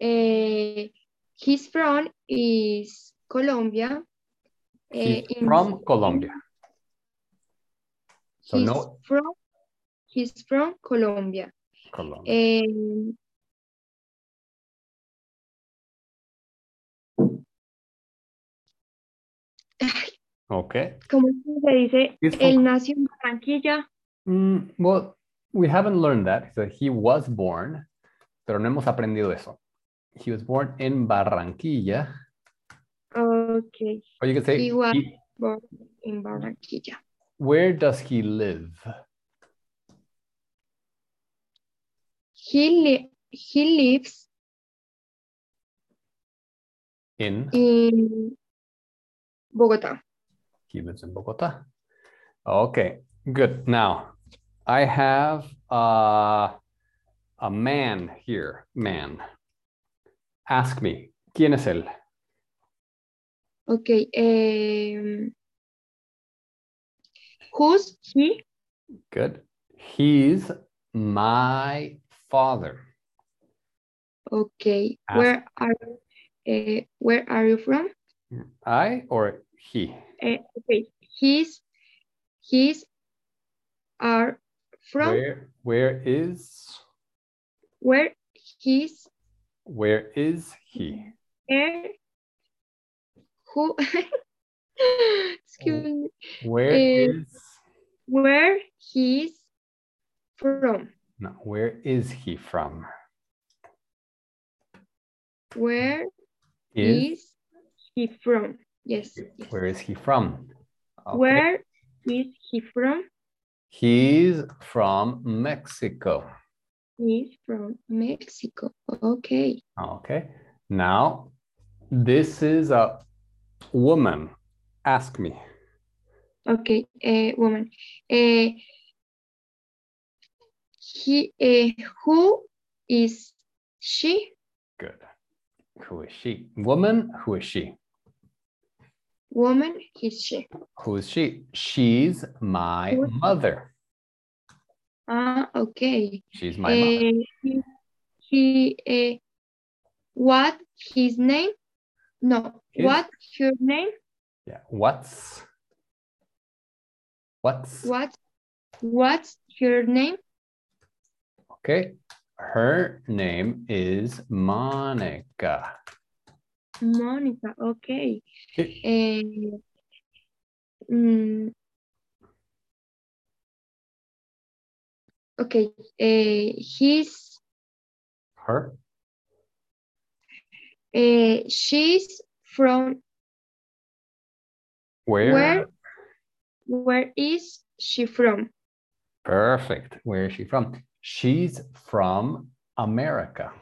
Speaker 2: Eh, he's from is Colombia. Eh,
Speaker 1: He's
Speaker 2: in-
Speaker 1: from Colombia. So
Speaker 2: he's
Speaker 1: no-
Speaker 2: from he's from Colombia.
Speaker 1: Colombia.
Speaker 2: Eh,
Speaker 1: Okay.
Speaker 2: ¿Cómo se dice?
Speaker 1: He's from
Speaker 2: Él nació en Barranquilla.
Speaker 1: Mm, well, we haven't learned that. So he was born, pero no hemos aprendido eso. He was born in Barranquilla.
Speaker 2: Okay,
Speaker 1: Or you could say,
Speaker 2: He was-
Speaker 1: he-
Speaker 2: born in Barranquilla.
Speaker 1: where does he live?
Speaker 2: He li he lives
Speaker 1: In,
Speaker 2: in Bogotá.
Speaker 1: he lives in Bogota. Okay, good. Now, I have uh, a man here, man. Ask me, ¿quién es él?
Speaker 2: Okay. em, who's he?
Speaker 1: Good. He's my father.
Speaker 2: Okay.
Speaker 1: Ask.
Speaker 2: Where are eh, where are you from?
Speaker 1: I or he?
Speaker 2: Eh, okay. He's he's are from where,
Speaker 1: Where where is
Speaker 2: he's
Speaker 1: where is he?
Speaker 2: where who excuse me
Speaker 1: Where
Speaker 2: Eh,
Speaker 1: is
Speaker 2: where he's from
Speaker 1: no, where is he from?
Speaker 2: where
Speaker 1: Is
Speaker 2: is he from yes, yes.
Speaker 1: where is he from? Okay.
Speaker 2: where is he from
Speaker 1: he's from Mexico.
Speaker 2: He's from Mexico. Okay.
Speaker 1: Okay. Now this is a woman. Ask me.
Speaker 2: Okay. eh, woman. Eh, he, eh, who is she?
Speaker 1: Good. Who is she? Woman, who is she?
Speaker 2: Woman is she.
Speaker 1: Who is she? She's my
Speaker 2: Who-
Speaker 1: mother.
Speaker 2: Ah, okay.
Speaker 1: She's my mother.
Speaker 2: Eh, he, he, eh, what his name? No.
Speaker 1: His?
Speaker 2: What her name?
Speaker 1: Yeah. What's what's
Speaker 2: What? What's her name?
Speaker 1: okay? Her name is Monica.
Speaker 2: Monica. Okay.
Speaker 1: Okay.
Speaker 2: Eh, mm, okay, eh, he's,
Speaker 1: Her
Speaker 2: eh, she's from,
Speaker 1: where?
Speaker 2: Where? where is she from?
Speaker 1: Perfect. Where is she from? She's from America.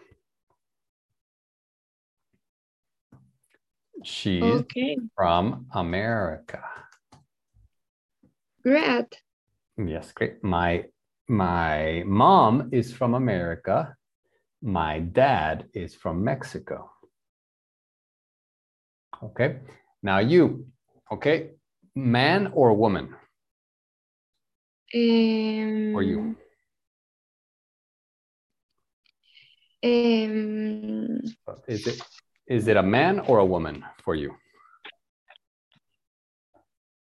Speaker 1: She's
Speaker 2: Okay,
Speaker 1: from America.
Speaker 2: great.
Speaker 1: Yes, great. My my mom is from America. My dad is from Mexico. Okay. Now you, okay, man or woman
Speaker 2: Um,
Speaker 1: or
Speaker 2: Mm-hmm.
Speaker 1: you?
Speaker 2: Um,
Speaker 1: Is it is it a man or a woman for you?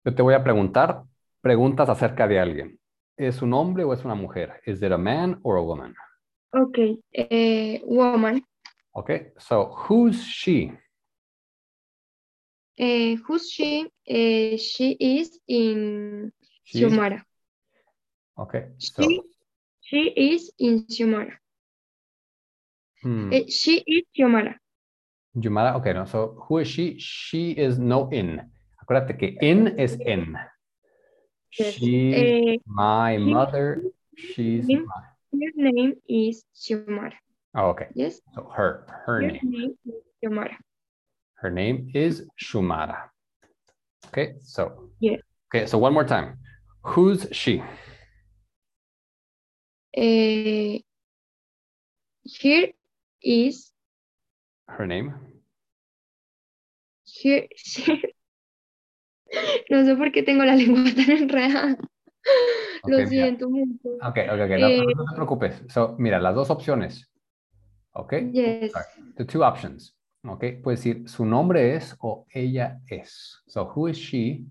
Speaker 1: Yo te voy a preguntar preguntas acerca de alguien. ¿Es un hombre o es una mujer? Is it a man or a woman?
Speaker 2: okay, eh, woman.
Speaker 1: Okay. So who's she?
Speaker 2: Eh, who's she? Eh, she is in
Speaker 1: She's-
Speaker 2: Xiomara.
Speaker 1: Okay. So
Speaker 2: She, she is in Xiomara.
Speaker 1: hmm.
Speaker 2: Eh, she is Xiomara.
Speaker 1: Yumara, okay, no. So who is she? She is no in. Acuérdate que in is in.
Speaker 2: Yes.
Speaker 1: She's
Speaker 2: Eh,
Speaker 1: my
Speaker 2: she-
Speaker 1: mother. She's
Speaker 2: him.
Speaker 1: my,
Speaker 2: Her name is Xiomara.
Speaker 1: oh, okay.
Speaker 2: Yes,
Speaker 1: So her, her
Speaker 2: her
Speaker 1: name.
Speaker 2: name is Xiomara.
Speaker 1: Her name is Shumara. Okay, so
Speaker 2: Yes.
Speaker 1: okay, so one more time. Who's she?
Speaker 2: Eh, here is,
Speaker 1: Her name.
Speaker 2: here, here. No sé por qué tengo la lengua tan enredada. Lo
Speaker 1: Ok, mira.
Speaker 2: siento mucho.
Speaker 1: Ok, ok, ok. No,
Speaker 2: Eh,
Speaker 1: no te preocupes. So, mira, las dos opciones. Ok.
Speaker 2: Yes.
Speaker 1: The two options. Ok. Puedes decir su nombre es o ella es. So, who is she?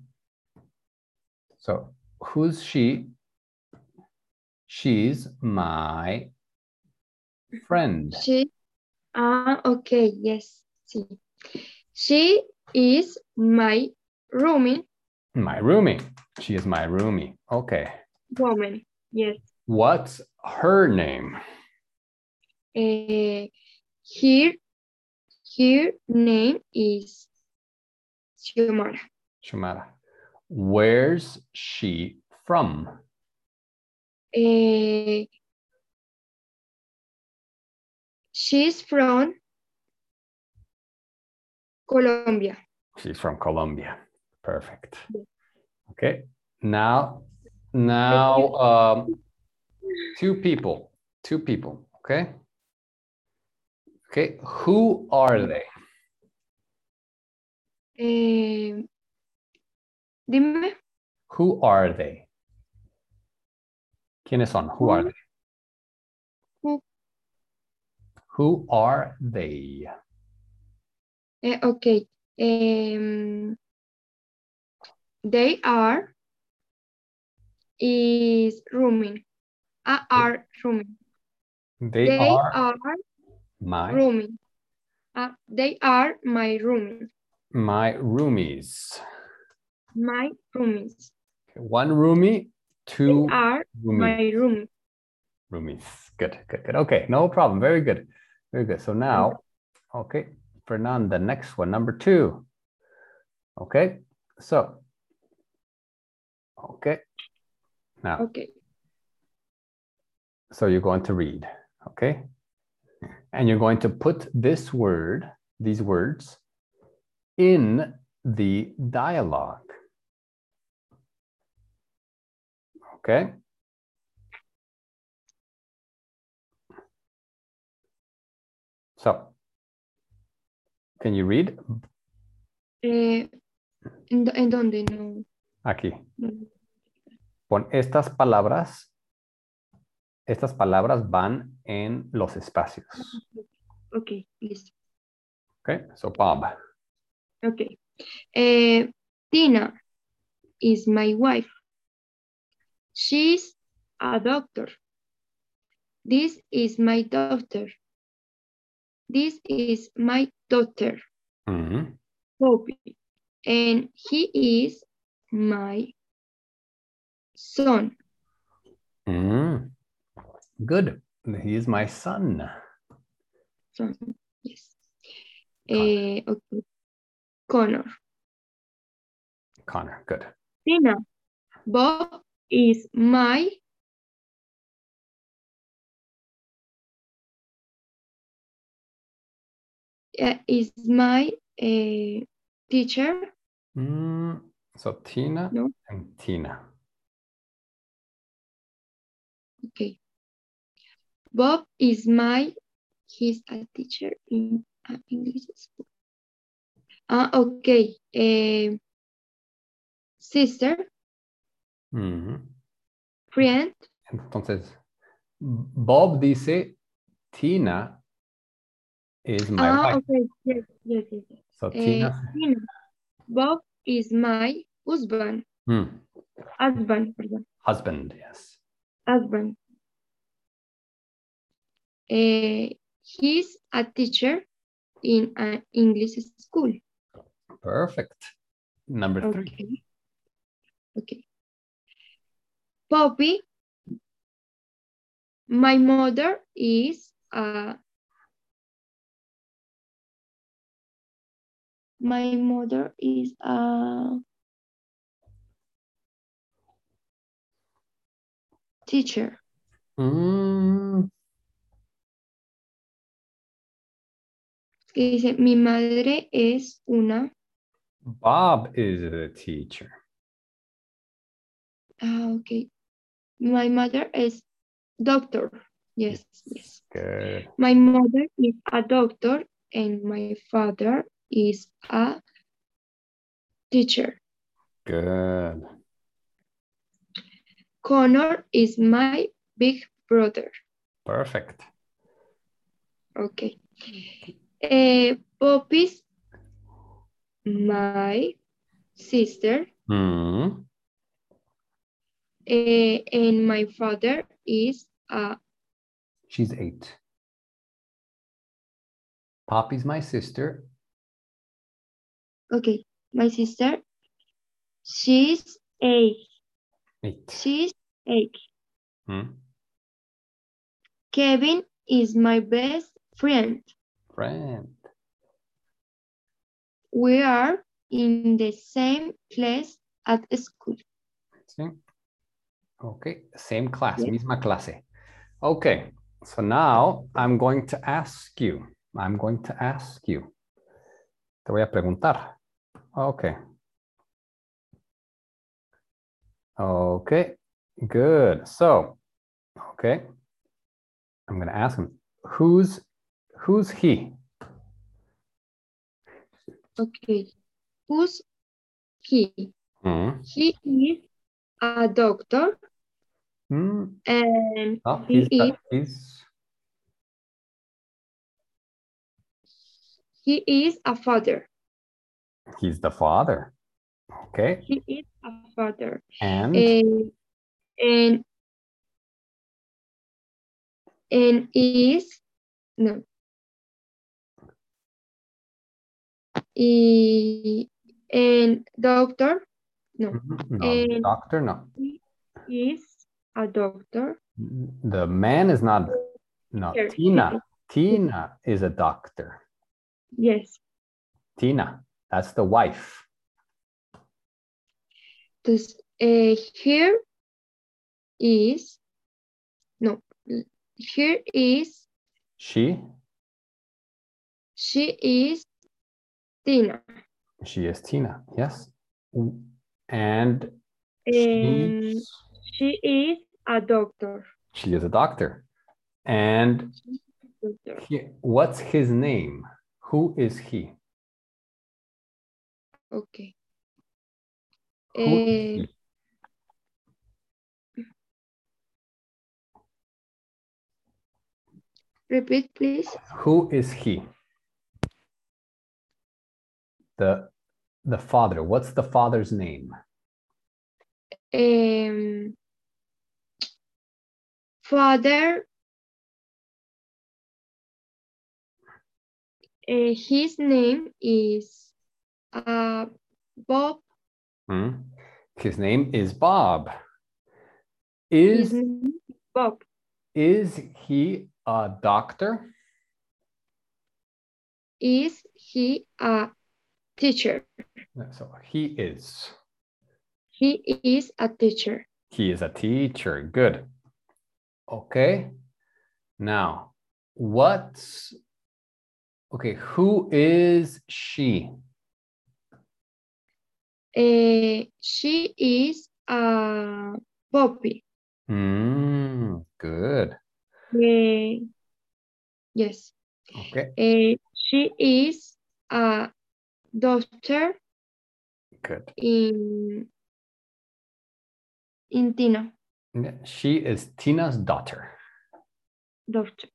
Speaker 1: So, who's she? She's my friend.
Speaker 2: She, ah, okay, yes, sí. She is my rooming
Speaker 1: My roomie. She is my roomie. Okay.
Speaker 2: woman. Yes.
Speaker 1: What's her name?
Speaker 2: Eh, here, her name is Xiomara.
Speaker 1: Shumara. Where's she from?
Speaker 2: Eh, she's from Colombia.
Speaker 1: She's from Colombia. Perfect.
Speaker 2: Yeah.
Speaker 1: Okay. Now, now, um, two people, two people. Okay. Okay. Who are they?
Speaker 2: Eh, dime,
Speaker 1: Who are they? ¿Quiénes son? Who are they?
Speaker 2: Who?
Speaker 1: Who are they?
Speaker 2: eh, ok. em, they are is rooming. Ah, are rooming.
Speaker 1: They,
Speaker 2: They
Speaker 1: are,
Speaker 2: are
Speaker 1: my
Speaker 2: rooming. Ah, they are my rooming.
Speaker 1: my roomies.
Speaker 2: My roomies.
Speaker 1: Okay, One roomie, two
Speaker 2: They are
Speaker 1: roomies.
Speaker 2: uh, my rooming.
Speaker 1: Roomies. Good, good, good. Okay, no problem. Very good. Very good. So now, okay, Fernand, the next one, number two. Okay, so, okay, now,
Speaker 2: Okay.
Speaker 1: so you're going to read, okay? And you're going to put this word, these words, in the dialogue. Okay? So, can you read?
Speaker 2: Eh, ¿en, do- en dónde? No.
Speaker 1: Aquí.
Speaker 2: no.
Speaker 1: Pon estas palabras. Estas palabras van en los espacios.
Speaker 2: Ok, listo.
Speaker 1: Okay? So, Bob.
Speaker 2: Ok. Eh, Tina is my wife. She's a doctor. This is my daughter. This is my daughter,
Speaker 1: Mhm.
Speaker 2: Bobby. And he is my son.
Speaker 1: Mm. Good. He is my son.
Speaker 2: Son, yes. Eh, ok. Connor.
Speaker 1: Connor. Good.
Speaker 2: Tina. Bob is my eh, is my eh, teacher.
Speaker 1: Mm. So Tina
Speaker 2: No.
Speaker 1: and Tina.
Speaker 2: Okay. Bob is my he's a teacher in uh, English school. Ah, okay. Eh, sister, Mm-hmm.
Speaker 1: Mhm.
Speaker 2: friend,
Speaker 1: Entonces, Bob dice, Tina is my
Speaker 2: ah,
Speaker 1: wife.
Speaker 2: okay. Yes, yes, yes. yes.
Speaker 1: So
Speaker 2: Eh,
Speaker 1: Tina.
Speaker 2: Tina. Bob is my husband.
Speaker 1: Mm.
Speaker 2: Husband, perdón.
Speaker 1: Husband. Yes.
Speaker 2: Husband. Eh, he's a teacher in an English school.
Speaker 1: Perfect. Number three.
Speaker 2: Okay. Okay. Poppy, my mother is a my mother is a teacher.
Speaker 1: Mm.
Speaker 2: Que dice, mi madre es una
Speaker 1: Bob is the teacher.
Speaker 2: Ah, okay. My mother is Doctor. Yes, yes.
Speaker 1: Good.
Speaker 2: My mother is a doctor and my father is a teacher.
Speaker 1: Good.
Speaker 2: Connor is my big brother.
Speaker 1: Perfect.
Speaker 2: Okay. Eh, Poppy's my sister Mm.
Speaker 1: Hmm.
Speaker 2: eh, and my father is a
Speaker 1: She's eight. Poppy's my sister.
Speaker 2: okay my sister she's eight
Speaker 1: Eight.
Speaker 2: she's eight
Speaker 1: Hmm.
Speaker 2: Kevin is my best friend
Speaker 1: Friend.
Speaker 2: we are in the same class at school
Speaker 1: Sí. Okay, same class,
Speaker 2: Yeah.
Speaker 1: misma clase. Okay, so now I'm going to ask you. I'm going to ask you. Te voy a preguntar. Okay. Okay, good. So, okay. I'm going to ask him, who's who's he?
Speaker 2: okay who's he
Speaker 1: Hmm.
Speaker 2: he is a doctor
Speaker 1: Hmm.
Speaker 2: and
Speaker 1: Oh,
Speaker 2: He
Speaker 1: he's, the- he's
Speaker 2: he is a father
Speaker 1: he's the father. Okay.
Speaker 2: he is a father
Speaker 1: And
Speaker 2: and and and is no I- Eh, and doctor
Speaker 1: Mhm. No, the
Speaker 2: And-
Speaker 1: doctor, no.
Speaker 2: is a doctor
Speaker 1: The man is not, no.
Speaker 2: Here.
Speaker 1: Tina. Tina is a doctor.
Speaker 2: yes
Speaker 1: Tina, that's the wife.
Speaker 2: this uh, here is no here is
Speaker 1: She,
Speaker 2: she is Tina
Speaker 1: she is Tina. Yes. And
Speaker 2: and
Speaker 1: she's-
Speaker 2: she is a doctor
Speaker 1: she is a doctor. And
Speaker 2: doctor
Speaker 1: he- what's his name? Who is he?
Speaker 2: Okay.
Speaker 1: Who is
Speaker 2: Eh,
Speaker 1: he?
Speaker 2: repeat, please.
Speaker 1: Who is he? The the father. What's the father's name?
Speaker 2: Um, father. Eh, his name is uh, Bob.
Speaker 1: Hmm? His name is Bob.
Speaker 2: His
Speaker 1: Is
Speaker 2: name is Bob.
Speaker 1: is he a doctor?
Speaker 2: Is he a teacher?
Speaker 1: No, So he is.
Speaker 2: He is a teacher.
Speaker 1: He is a teacher. Good. Okay. Now, what's okay? Who is she?
Speaker 2: Eh, she is a Bobby.
Speaker 1: Mm, good.
Speaker 2: Eh, yes.
Speaker 1: Okay.
Speaker 2: Eh, she is a doctor
Speaker 1: Good.
Speaker 2: in in Tina
Speaker 1: Yeah, She is Tina's daughter.
Speaker 2: doctor.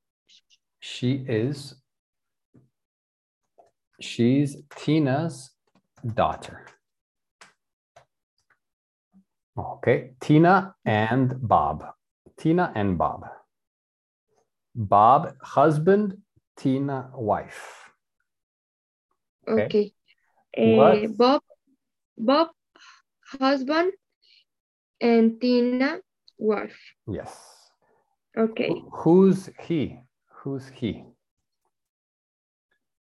Speaker 1: She is. She's Tina's daughter. Okay, Tina and Bob. Tina and Bob. Bob, husband, Tina, wife. Okay.
Speaker 2: Okay.
Speaker 1: What?
Speaker 2: Eh, Bob Bob husband and Tina wife.
Speaker 1: Yes.
Speaker 2: Okay.
Speaker 1: Who- Who's he? Who's he?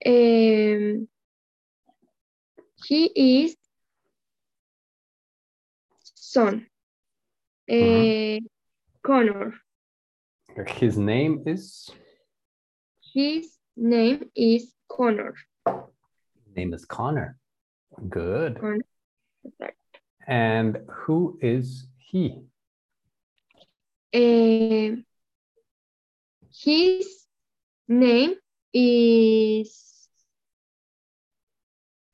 Speaker 2: Um, he is son. Eh, Connor.
Speaker 1: His name is?
Speaker 2: His name is Connor.
Speaker 1: Name is Connor. Good.
Speaker 2: Connor.
Speaker 1: And who is he?
Speaker 2: Eh, His name is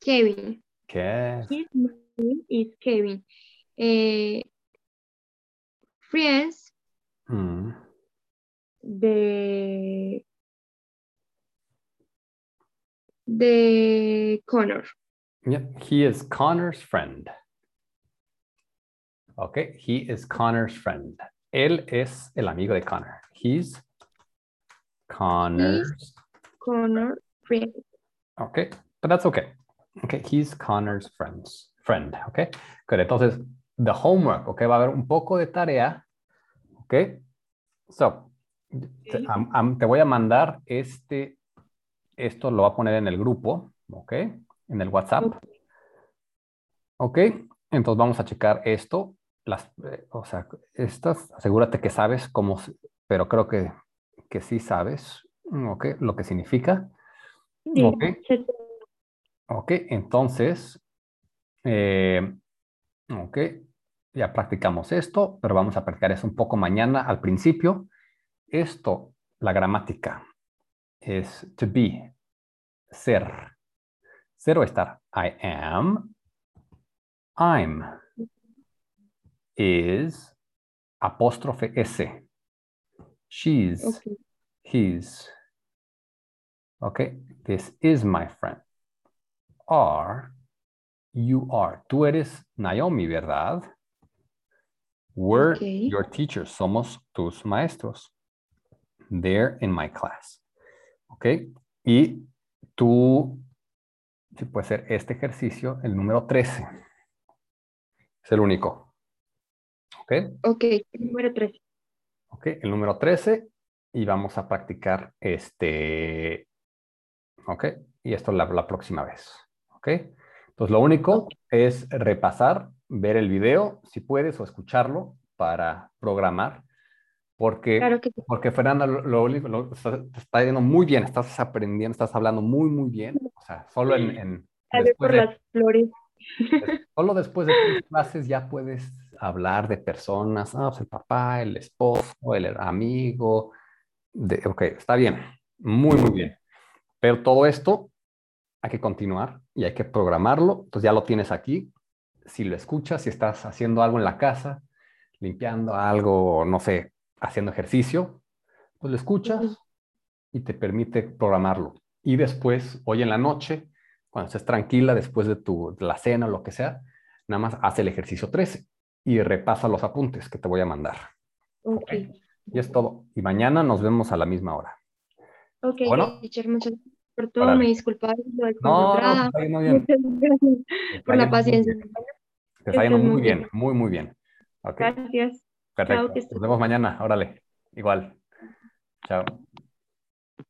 Speaker 2: Kevin.
Speaker 1: Okay.
Speaker 2: His name is Kevin. Eh, friends
Speaker 1: Mm.
Speaker 2: de de Connor.
Speaker 1: Yep. He is Connor's friend. Okay. He is Connor's friend. Él es el amigo de Connor. He's Connor's.
Speaker 2: Connor friend.
Speaker 1: Okay. But that's okay. Okay. He's Connor's friends. Friend. Okay. Good. Entonces, the homework. Okay. Va a haber un poco de tarea. Okay. So, te, am- am- te voy a mandar este, esto lo va a poner en el grupo, ¿ok? En el WhatsApp. ¿Ok? Entonces vamos a checar esto. Las, eh, o sea, estas, asegúrate que sabes cómo, se- pero creo que, que sí sabes, ¿ok? Lo que significa. Ok.
Speaker 2: Se-
Speaker 1: Ok, entonces, eh, ok, ya practicamos esto, pero vamos a practicar eso un poco mañana al principio. Esto, la gramática, es to be, ser, ser o estar. I am, I'm, is, apóstrofe S, she's,
Speaker 2: ok.
Speaker 1: his. Okay, this is my friend. Are, you are. Tú eres Naomi, ¿verdad? We're
Speaker 2: Ok.
Speaker 1: your teachers. Somos tus maestros. They're in my class. Okay, y tú, si puede ser este ejercicio, el número 13. Es el único. Okay.
Speaker 2: Ok, número 3.
Speaker 1: Ok, el número 13 y vamos a practicar este. Ok, y esto la, la próxima vez. Ok, entonces lo único es repasar, ver el video, si puedes, o escucharlo para programar, porque,
Speaker 2: Claro que sí.
Speaker 1: porque Fernanda lo, lo- lo- está, te está yendo muy bien, estás aprendiendo, estás hablando muy, muy bien. O sea, solo en. en-
Speaker 2: Sale
Speaker 1: después
Speaker 2: por
Speaker 1: de-
Speaker 2: las flores.
Speaker 1: Solo después de tus clases ya puedes hablar de personas, ah, pues el papá, el esposo, el amigo. De, ok, está bien, muy, muy bien. Pero todo esto hay que continuar y hay que programarlo. Entonces ya lo tienes aquí. Si lo escuchas, si estás haciendo algo en la casa, limpiando algo, no sé, haciendo ejercicio, pues lo escuchas
Speaker 2: Ujú.
Speaker 1: y te permite programarlo. Y después, hoy en la noche, cuando estés tranquila después de, tu, de la cena o lo que sea, nada más haz el ejercicio 13 y repasa los apuntes que te voy a mandar.
Speaker 2: Ok.
Speaker 1: Y es todo. Y mañana nos vemos a la misma hora.
Speaker 2: Ok,
Speaker 1: Bueno.
Speaker 2: teacher, muchas gracias por todo.
Speaker 1: Órale.
Speaker 2: Me disculpa lo
Speaker 1: No, no, te está
Speaker 2: desconcentrada.
Speaker 1: yendo bien.
Speaker 2: Muchas gracias
Speaker 1: te está
Speaker 2: por la
Speaker 1: yendo muy
Speaker 2: paciencia.
Speaker 1: bien, Te está yendo
Speaker 2: Estás
Speaker 1: muy
Speaker 2: muy
Speaker 1: bien,
Speaker 2: bien.
Speaker 1: muy, muy bien. Ok,
Speaker 2: Gracias.
Speaker 1: perfecto.
Speaker 2: que estés
Speaker 1: Nos vemos mañana. Órale. Igual. Chao.